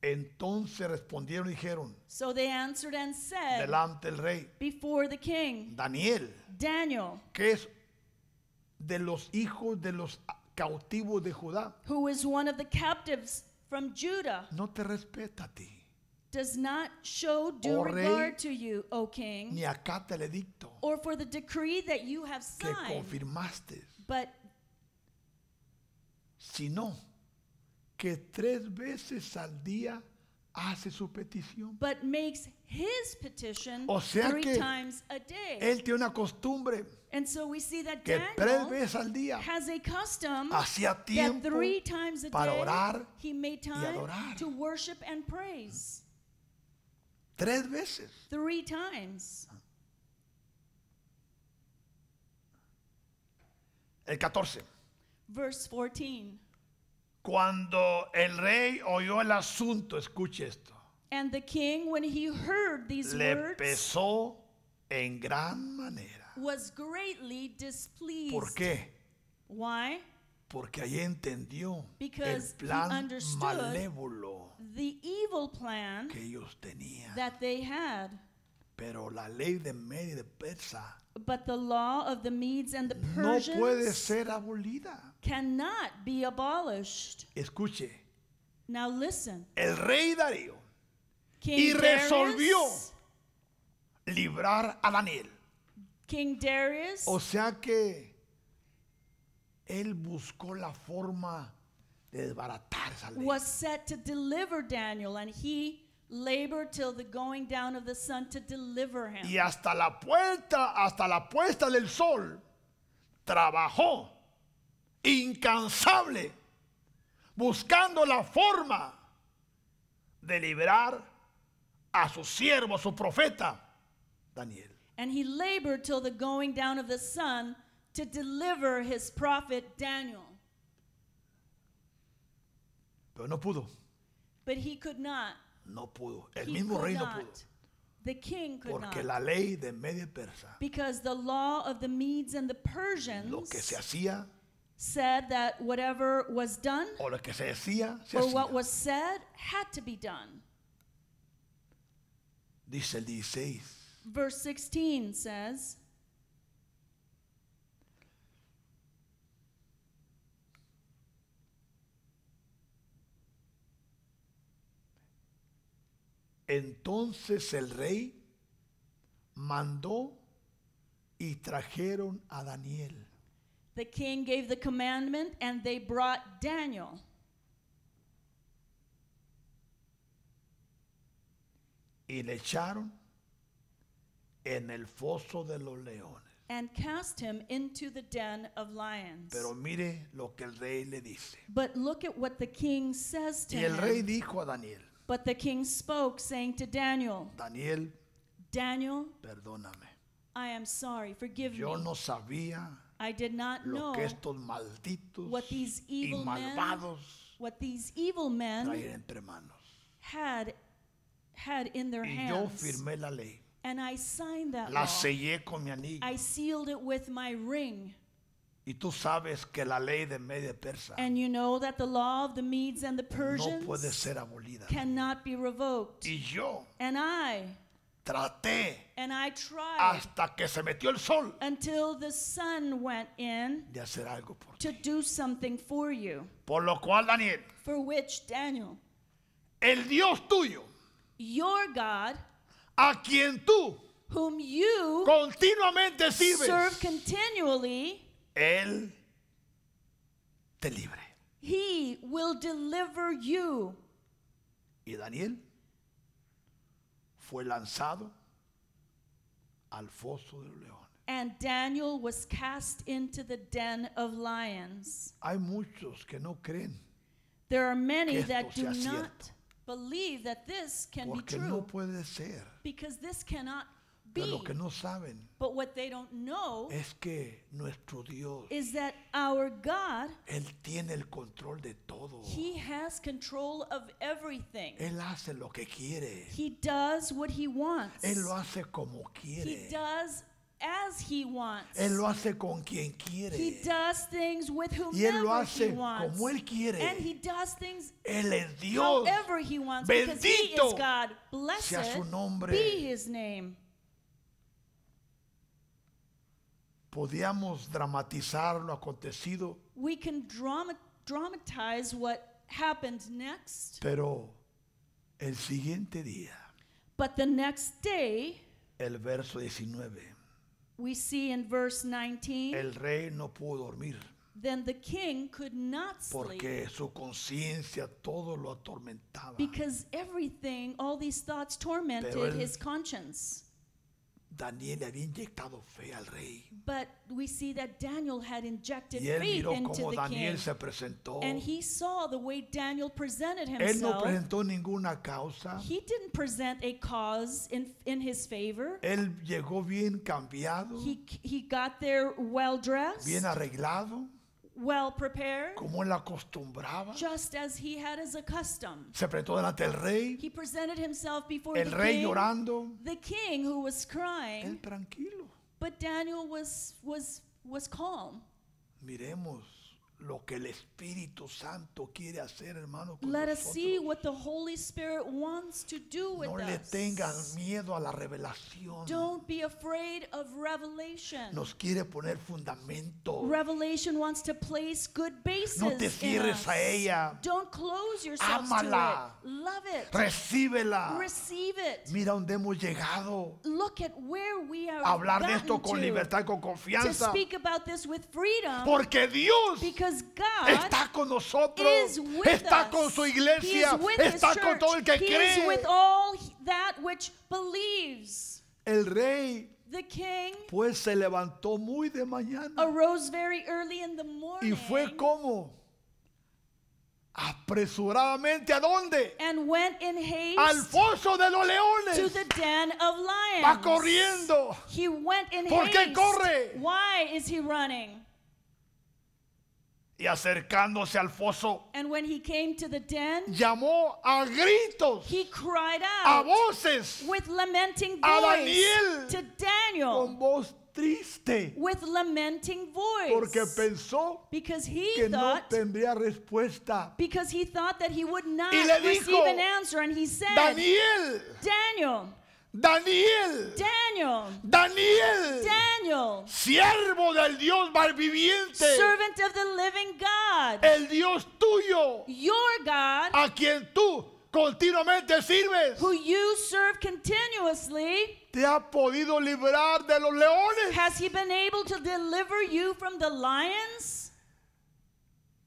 S1: Entonces respondieron y dijeron,
S2: So they answered and said
S1: delante el rey,
S2: before the king,
S1: Daniel,
S2: Daniel,
S1: que es de los hijos de los cautivos de Judá,
S2: who is one of the captives from Judah,
S1: no te respeta a ti,
S2: does not show due
S1: Oh, rey,
S2: regard to you, O king,
S1: ni acata el edicto
S2: or for the decree that you have
S1: que
S2: signed,
S1: confirmaste,
S2: but
S1: sino que tres veces al día hace su petición.
S2: but makes his petition
S1: O sea
S2: three
S1: que
S2: times a day.
S1: Él tiene una costumbre
S2: and so we see that
S1: que tres
S2: Daniel
S1: veces al día
S2: has a custom
S1: hacía
S2: that
S1: tiempo
S2: three times a
S1: para
S2: day
S1: orar
S2: he made time
S1: adorar.
S2: to worship and praise.
S1: Tres veces.
S2: Three times.
S1: El 14.
S2: Verse 14.
S1: Cuando el rey oyó el asunto, escuche esto,
S2: And the king, when he heard these
S1: le
S2: words,
S1: pesó en gran manera.
S2: was greatly displeased.
S1: ¿Por qué?
S2: Why?
S1: Porque ahí entendió el
S2: Because he
S1: plan
S2: understood
S1: malévolo
S2: The evil plan
S1: que ellos tenían.
S2: that they had.
S1: Pero la ley de Media y de Persa
S2: But the law of the Medes and the
S1: no
S2: Persians
S1: puede ser abolida.
S2: cannot be abolished.
S1: Escuche,
S2: Now listen.
S1: el rey Darío
S2: King
S1: Y resolvió.
S2: Darius,
S1: librar a Daniel.
S2: King Darius
S1: O sea que él buscó la forma de desbaratar esa ley.
S2: was set to deliver Daniel, and he labored till the going down of the sun to deliver him.
S1: Y hasta la puerta, hasta la puesta del sol, trabajó incansable, buscando la forma de liberar a su siervo, su profeta, Daniel.
S2: And he labored till the going down of the sun to deliver his prophet Daniel.
S1: Pero no pudo,
S2: But he could not.
S1: no pudo. El
S2: He
S1: mismo
S2: could
S1: rey no
S2: not.
S1: pudo.
S2: The king could
S1: Porque
S2: not.
S1: la ley de Media y Persa,
S2: because the law of the Medes and the
S1: lo que se
S2: Persians
S1: hacía
S2: said that whatever was done
S1: o lo que se decía, se
S2: or
S1: hacía.
S2: what was said had to be done.
S1: Dice el 16.
S2: Verse 16 says,
S1: Entonces el rey mandó y trajeron a Daniel.
S2: The king gave the commandment, and they brought Daniel.
S1: y le echaron en el foso de los leones.
S2: and cast him into the den of lions.
S1: Pero mire lo que el rey le dice.
S2: but look at what the king says to
S1: Y el
S2: him.
S1: rey dijo a Daniel,
S2: but the king spoke, saying to Daniel,
S1: Daniel,
S2: Daniel,
S1: perdóname.
S2: I am sorry, forgive
S1: Yo
S2: me.
S1: no sabía
S2: I did not
S1: lo
S2: know
S1: que estos malditos
S2: what these
S1: y
S2: evil men-
S1: malvados
S2: what these evil men
S1: traían entre manos.
S2: had had in their
S1: Y yo
S2: hands.
S1: firmé la ley.
S2: and I signed that
S1: La
S2: law.
S1: sellé con mi anillo.
S2: I sealed it with my ring.
S1: Y tú sabes que la ley de Media y Persa
S2: And you know that the law of the Medes and the
S1: no
S2: Persians
S1: puede ser abolida.
S2: cannot be revoked.
S1: Y yo
S2: and I
S1: traté
S2: And I tried
S1: hasta que se metió el sol
S2: until the sun went in
S1: de hacer algo por ti.
S2: to do something for you.
S1: Por lo cual, Daniel,
S2: For which, Daniel,
S1: el Dios tuyo,
S2: your God,
S1: a quien tú
S2: whom you
S1: continuamente
S2: serve
S1: sirves,
S2: continually,
S1: Él te libre.
S2: he will deliver you.
S1: Y Daniel fue lanzado al foso de los leones.
S2: And Daniel was cast into the den of lions.
S1: Hay muchos que no creen
S2: There are many
S1: Que esto
S2: that do
S1: sea
S2: not
S1: cierto.
S2: believe that this can be
S1: Porque
S2: true
S1: no puede ser.
S2: because this cannot
S1: Pero
S2: be.
S1: lo que no Eh. saben
S2: But what they don't know
S1: es que nuestro Dios,
S2: is that our God,
S1: Él tiene el control de todo.
S2: He has control of everything.
S1: Él hace lo que quiere.
S2: He does what He wants.
S1: Él lo hace como
S2: He
S1: quiere.
S2: does as He wants.
S1: Él lo hace con quien
S2: He
S1: quiere.
S2: does things with
S1: Y Él lo
S2: whomever He
S1: hace
S2: wants.
S1: como Él
S2: And He
S1: quiere.
S2: does things
S1: Él es Dios.
S2: however He wants because He is
S1: Bendito
S2: God. Blessed
S1: su nombre.
S2: be His name.
S1: Podíamos dramatizar lo acontecido,
S2: We can drama- dramatize what happened next,
S1: pero el siguiente día,
S2: but the next day
S1: el verso 19,
S2: we see in verse 19
S1: el rey no pudo dormir
S2: then the king could not sleep
S1: porque su conciencia todo lo atormentaba.
S2: because everything, all these thoughts tormented
S1: Pero él-
S2: his conscience.
S1: Daniel le había inyectado fe al rey.
S2: But we see that Daniel had injected
S1: Y él
S2: faith
S1: miró
S2: into
S1: cómo
S2: the king.
S1: Daniel se presentó.
S2: And he saw the way Daniel presented
S1: Él no
S2: himself.
S1: presentó ninguna causa.
S2: he didn't present a cause in, in his favor.
S1: Él llegó bien cambiado,
S2: He, he got there well dressed,
S1: bien arreglado,
S2: well prepared,
S1: como él acostumbraba.
S2: just as he had as a custom.
S1: Se presentó delante del rey,
S2: He presented himself before
S1: el
S2: the
S1: rey
S2: king,
S1: llorando.
S2: the king who was
S1: Él
S2: crying,
S1: tranquilo.
S2: but Daniel was, was, was calm.
S1: Miremos lo que el Espíritu Santo quiere hacer, hermano. Con
S2: Let us
S1: nosotros.
S2: see what the Holy Spirit wants to do with
S1: no le
S2: us.
S1: tengan miedo a la revelación.
S2: Don't be afraid of revelation.
S1: Nos quiere poner fundamento.
S2: Revelation wants to place good bases
S1: No te
S2: in
S1: cierres
S2: us.
S1: a ella.
S2: Don't close yourself
S1: Ámala.
S2: to it. Love it.
S1: Recíbela.
S2: Receive it.
S1: Mira dónde hemos llegado.
S2: Look at where we have
S1: Hablar de
S2: gotten
S1: esto con
S2: to.
S1: libertad, con
S2: To
S1: confianza.
S2: speak about this with freedom
S1: Porque Dios
S2: because God
S1: está con nosotros.
S2: is with
S1: Está
S2: us.
S1: con su
S2: He is
S1: iglesia.
S2: with his
S1: Está con
S2: church.
S1: todo el que
S2: He is
S1: cree.
S2: with all he- that which believes.
S1: El rey
S2: The king
S1: pues se levantó muy de mañana.
S2: arose very early in the
S1: Y
S2: morning.
S1: fue como apresuradamente a dónde?
S2: and went in haste
S1: Al foso de los
S2: to
S1: leones.
S2: the den of lions.
S1: Va corriendo.
S2: He went in
S1: ¿Por qué
S2: haste.
S1: corre?
S2: Why is he running?
S1: Y acercándose al foso,
S2: And when he came to the den,
S1: llamó a gritos,
S2: he cried
S1: a
S2: out
S1: voces,
S2: with lamenting
S1: A
S2: voice
S1: Daniel.
S2: to Daniel
S1: con voz triste,
S2: with lamenting voice
S1: porque pensó
S2: because he
S1: que no
S2: thought
S1: tendría respuesta.
S2: because he thought that he would not
S1: Y le
S2: receive
S1: dijo,
S2: an answer and he said
S1: Daniel,
S2: Daniel
S1: Daniel,
S2: Daniel
S1: Daniel,
S2: Daniel
S1: siervo del Dios malviviente,
S2: servant of the living God
S1: el Dios tuyo,
S2: your God
S1: a quien tú continuamente sirves,
S2: who you serve continuously
S1: te ha podido librar de los leones.
S2: has he been able to deliver you from the lions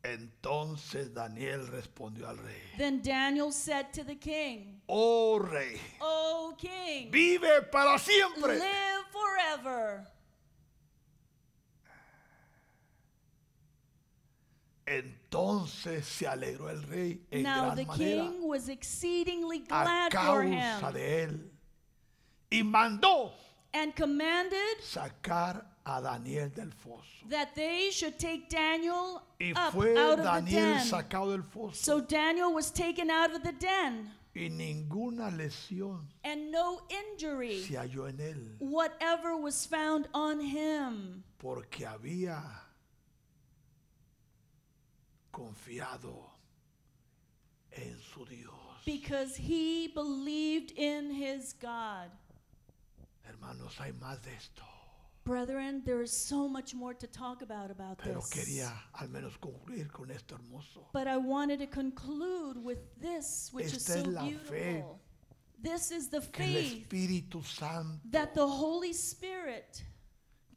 S1: Entonces Daniel respondió al rey,
S2: then Daniel said to the king
S1: oh rey,
S2: O king
S1: vive para siempre.
S2: live forever
S1: Entonces se alegró el rey en
S2: now the
S1: gran manera
S2: king was exceedingly
S1: a
S2: glad for
S1: causa
S2: him
S1: de él y mandó
S2: and commanded
S1: sacar a Daniel del foso.
S2: that they should take Daniel
S1: Y
S2: up
S1: fue
S2: out of the
S1: Daniel
S2: den.
S1: sacado del foso
S2: So Daniel was taken out of the den,
S1: y ninguna lesión
S2: and no injury
S1: se halló en él.
S2: whatever was found on him,
S1: porque había confiado en su Dios.
S2: because he believed in his God.
S1: Hermanos, hay más de esto,
S2: Brethren, there is so much more to talk about about
S1: pero
S2: this.
S1: quería al menos concluir con esto hermoso.
S2: But I wanted to conclude with this, which is
S1: Esta es
S2: so
S1: la fe
S2: beautiful. This is the
S1: Que el
S2: faith
S1: Espíritu Santo
S2: that the Holy Spirit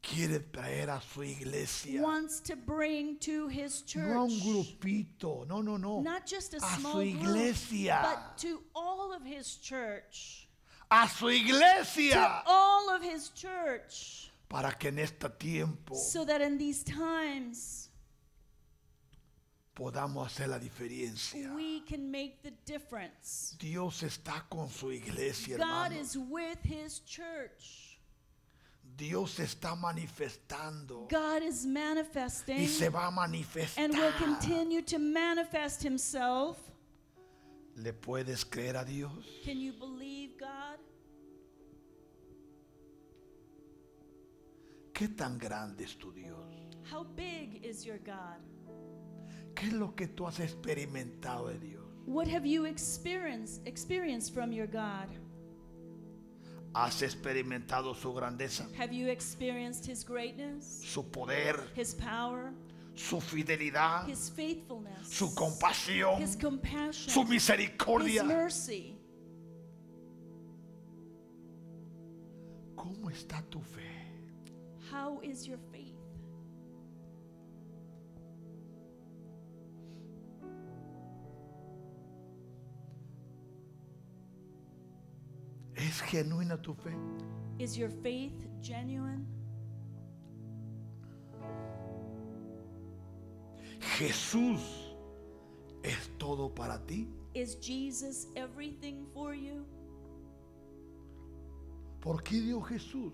S1: quiere traer a su iglesia,
S2: wants to bring to His church.
S1: no a un grupito, no, no, no,
S2: Not just a
S1: Oh, a
S2: small
S1: su
S2: group,
S1: iglesia,
S2: but to all of His church.
S1: a su
S2: To
S1: iglesia,
S2: all of His church.
S1: Oh. para que en este tiempo
S2: So that in these times
S1: podamos hacer la diferencia.
S2: we can make the difference.
S1: Dios está con su iglesia,
S2: God
S1: hermano.
S2: is with his church.
S1: Dios se está manifestando
S2: God is manifesting
S1: y se va a manifestar.
S2: and will continue to manifest himself.
S1: ¿Le puedes creer a Dios?
S2: Can you believe God?
S1: ¿Qué tan grande es tu Dios?
S2: How big is your God?
S1: ¿Qué es lo que tú has experimentado de Dios?
S2: What have you experienced experienced from your God?
S1: ¿Has experimentado su grandeza,
S2: Have you experienced his greatness,
S1: su poder,
S2: his power,
S1: su fidelidad,
S2: his faithfulness,
S1: su compasión,
S2: his compassion,
S1: su
S2: his
S1: misericordia?
S2: mercy?
S1: ¿Cómo está tu fe?
S2: How is your faith?
S1: ¿Es genuina tu fe?
S2: Is your faith genuine?
S1: Jesús es todo para ti.
S2: Is Jesus everything for you?
S1: ¿Por qué dio Jesús?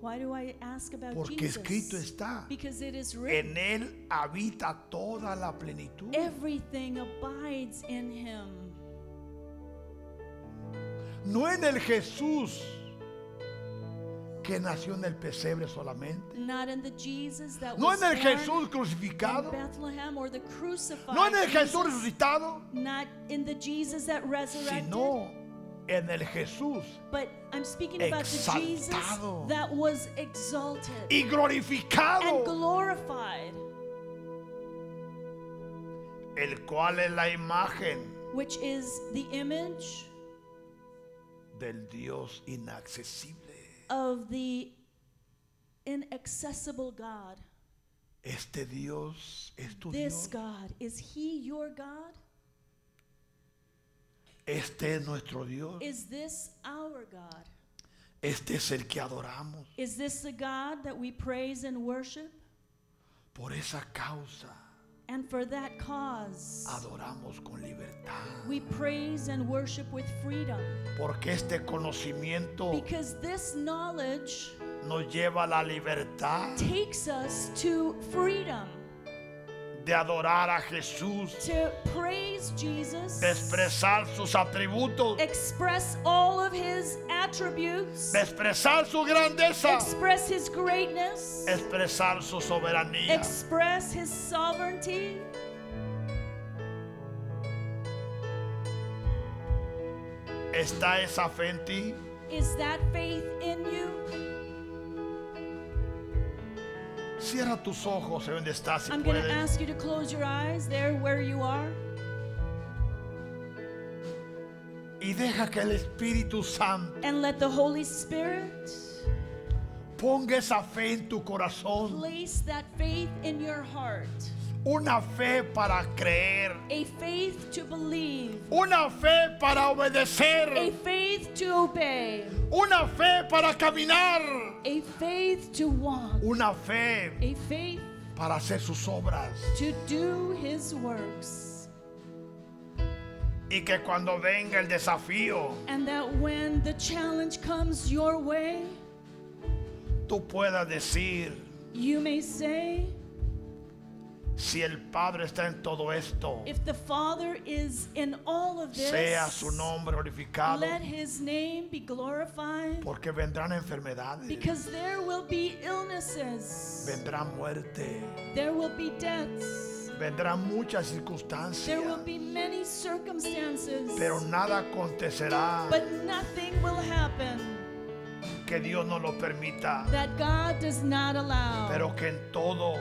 S2: Why do I ask about
S1: Porque
S2: Oh, Jesus?
S1: escrito está.
S2: because it is written,
S1: En él habita toda la plenitud.
S2: everything abides in him.
S1: No en el Jesús que nació en el pesebre solamente.
S2: Not in the Jesus that
S1: No
S2: was
S1: en el
S2: born
S1: Jesús
S2: in
S1: crucificado.
S2: Bethlehem or the crucified.
S1: No en el
S2: Jesus.
S1: Jesús resucitado.
S2: Not in the Jesus that resurrected.
S1: Sino en el Jesús
S2: but I'm speaking about the Jesus
S1: Exaltado.
S2: that was exalted
S1: y
S2: and
S1: glorificado.
S2: glorified,
S1: El cual es la imagen
S2: which is the image
S1: del Dios inaccesible.
S2: of the inaccessible God.
S1: Este Dios es tu Dios.
S2: This God, is he your God?
S1: Este es nuestro Dios.
S2: Is this our God?
S1: Este es el que adoramos.
S2: Is this the God that we praise and worship?
S1: Por esa causa
S2: And for that cause,
S1: adoramos con libertad.
S2: we praise and worship with freedom.
S1: Porque este conocimiento
S2: Because this knowledge
S1: nos lleva a la libertad
S2: takes us to freedom
S1: de adorar a Jesús,
S2: to praise Jesus,
S1: de expresar sus atributos,
S2: express all of his attributes,
S1: de expresar su grandeza,
S2: express his greatness,
S1: expresar su soberanía.
S2: express his sovereignty.
S1: ¿Está esa fe en ti?
S2: Is that faith in you?
S1: Cierra tus ojos en donde estás si
S2: I'm going to
S1: puedes.
S2: ask you to close your eyes there where you are
S1: Y deja que el Espíritu Santo
S2: and let the Holy Spirit
S1: ponga esa fe en tu corazón.
S2: place that faith in your heart.
S1: Una fe para creer.
S2: A faith to believe,
S1: Una fe para
S2: a
S1: obedecer.
S2: faith to obey,
S1: Una fe para caminar.
S2: a faith to walk,
S1: Una fe
S2: a faith
S1: para hacer sus obras.
S2: to do his works.
S1: Y que cuando venga el desafío,
S2: And that when the challenge comes your way,
S1: tú puedas decir,
S2: you may say,
S1: si el Padre está en todo esto,
S2: if the Father is in all of this,
S1: sea su nombre glorificado,
S2: let his name be glorified
S1: porque vendrán enfermedades,
S2: because there will be illnesses,
S1: vendrá muerte,
S2: there will be deaths,
S1: vendrán muchas
S2: there
S1: circunstancias,
S2: will be many circumstances,
S1: pero nada acontecerá
S2: but nothing will happen
S1: que Dios no lo permita,
S2: that God does not allow,
S1: pero que en todo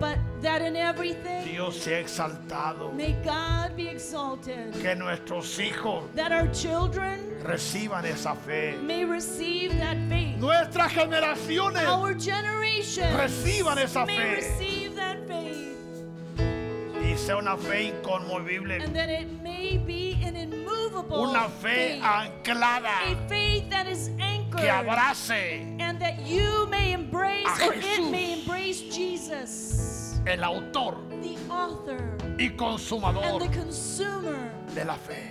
S2: but that in everything
S1: Dios sea exaltado,
S2: may God be exalted,
S1: que nuestros hijos
S2: that our children
S1: reciban esa fe,
S2: may receive that faith.
S1: nuestras generaciones
S2: Our generation
S1: Reciban esa
S2: may
S1: fe.
S2: receive that faith,
S1: y sea una fe inconmovible,
S2: and that it may be an immovable
S1: una fe
S2: faith,
S1: anclada.
S2: a faith that is anchored,
S1: que abrace
S2: and that you may embrace
S1: A
S2: or it
S1: Jesús.
S2: may embrace Jesus,
S1: el autor
S2: the author
S1: y
S2: and
S1: consumador
S2: the consumer
S1: de la fe.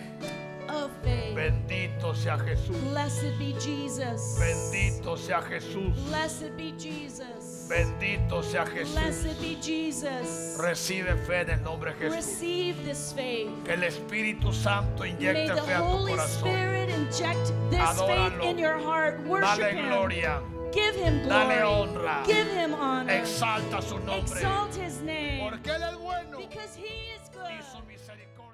S2: of faith.
S1: Bendito sea Jesús.
S2: Blessed be Jesus.
S1: Bendito sea Jesús.
S2: Blessed be Jesus.
S1: Bendito sea Jesús.
S2: Blessed be Jesus.
S1: Recibe fe en el nombre de Jesús.
S2: Receive this faith.
S1: Que el Espíritu Santo
S2: May
S1: inyecte
S2: the
S1: fe a tu
S2: Holy
S1: corazón.
S2: Spirit inject this faith
S1: Adóralo.
S2: in your heart. Worship
S1: Dale
S2: Him.
S1: gloria.
S2: Give Him
S1: Dale
S2: glory.
S1: honra.
S2: Give Him honor.
S1: Exalta su nombre.
S2: Exalt His name.
S1: Porque Él es bueno
S2: Because He is
S1: y
S2: good.
S1: su misericordia.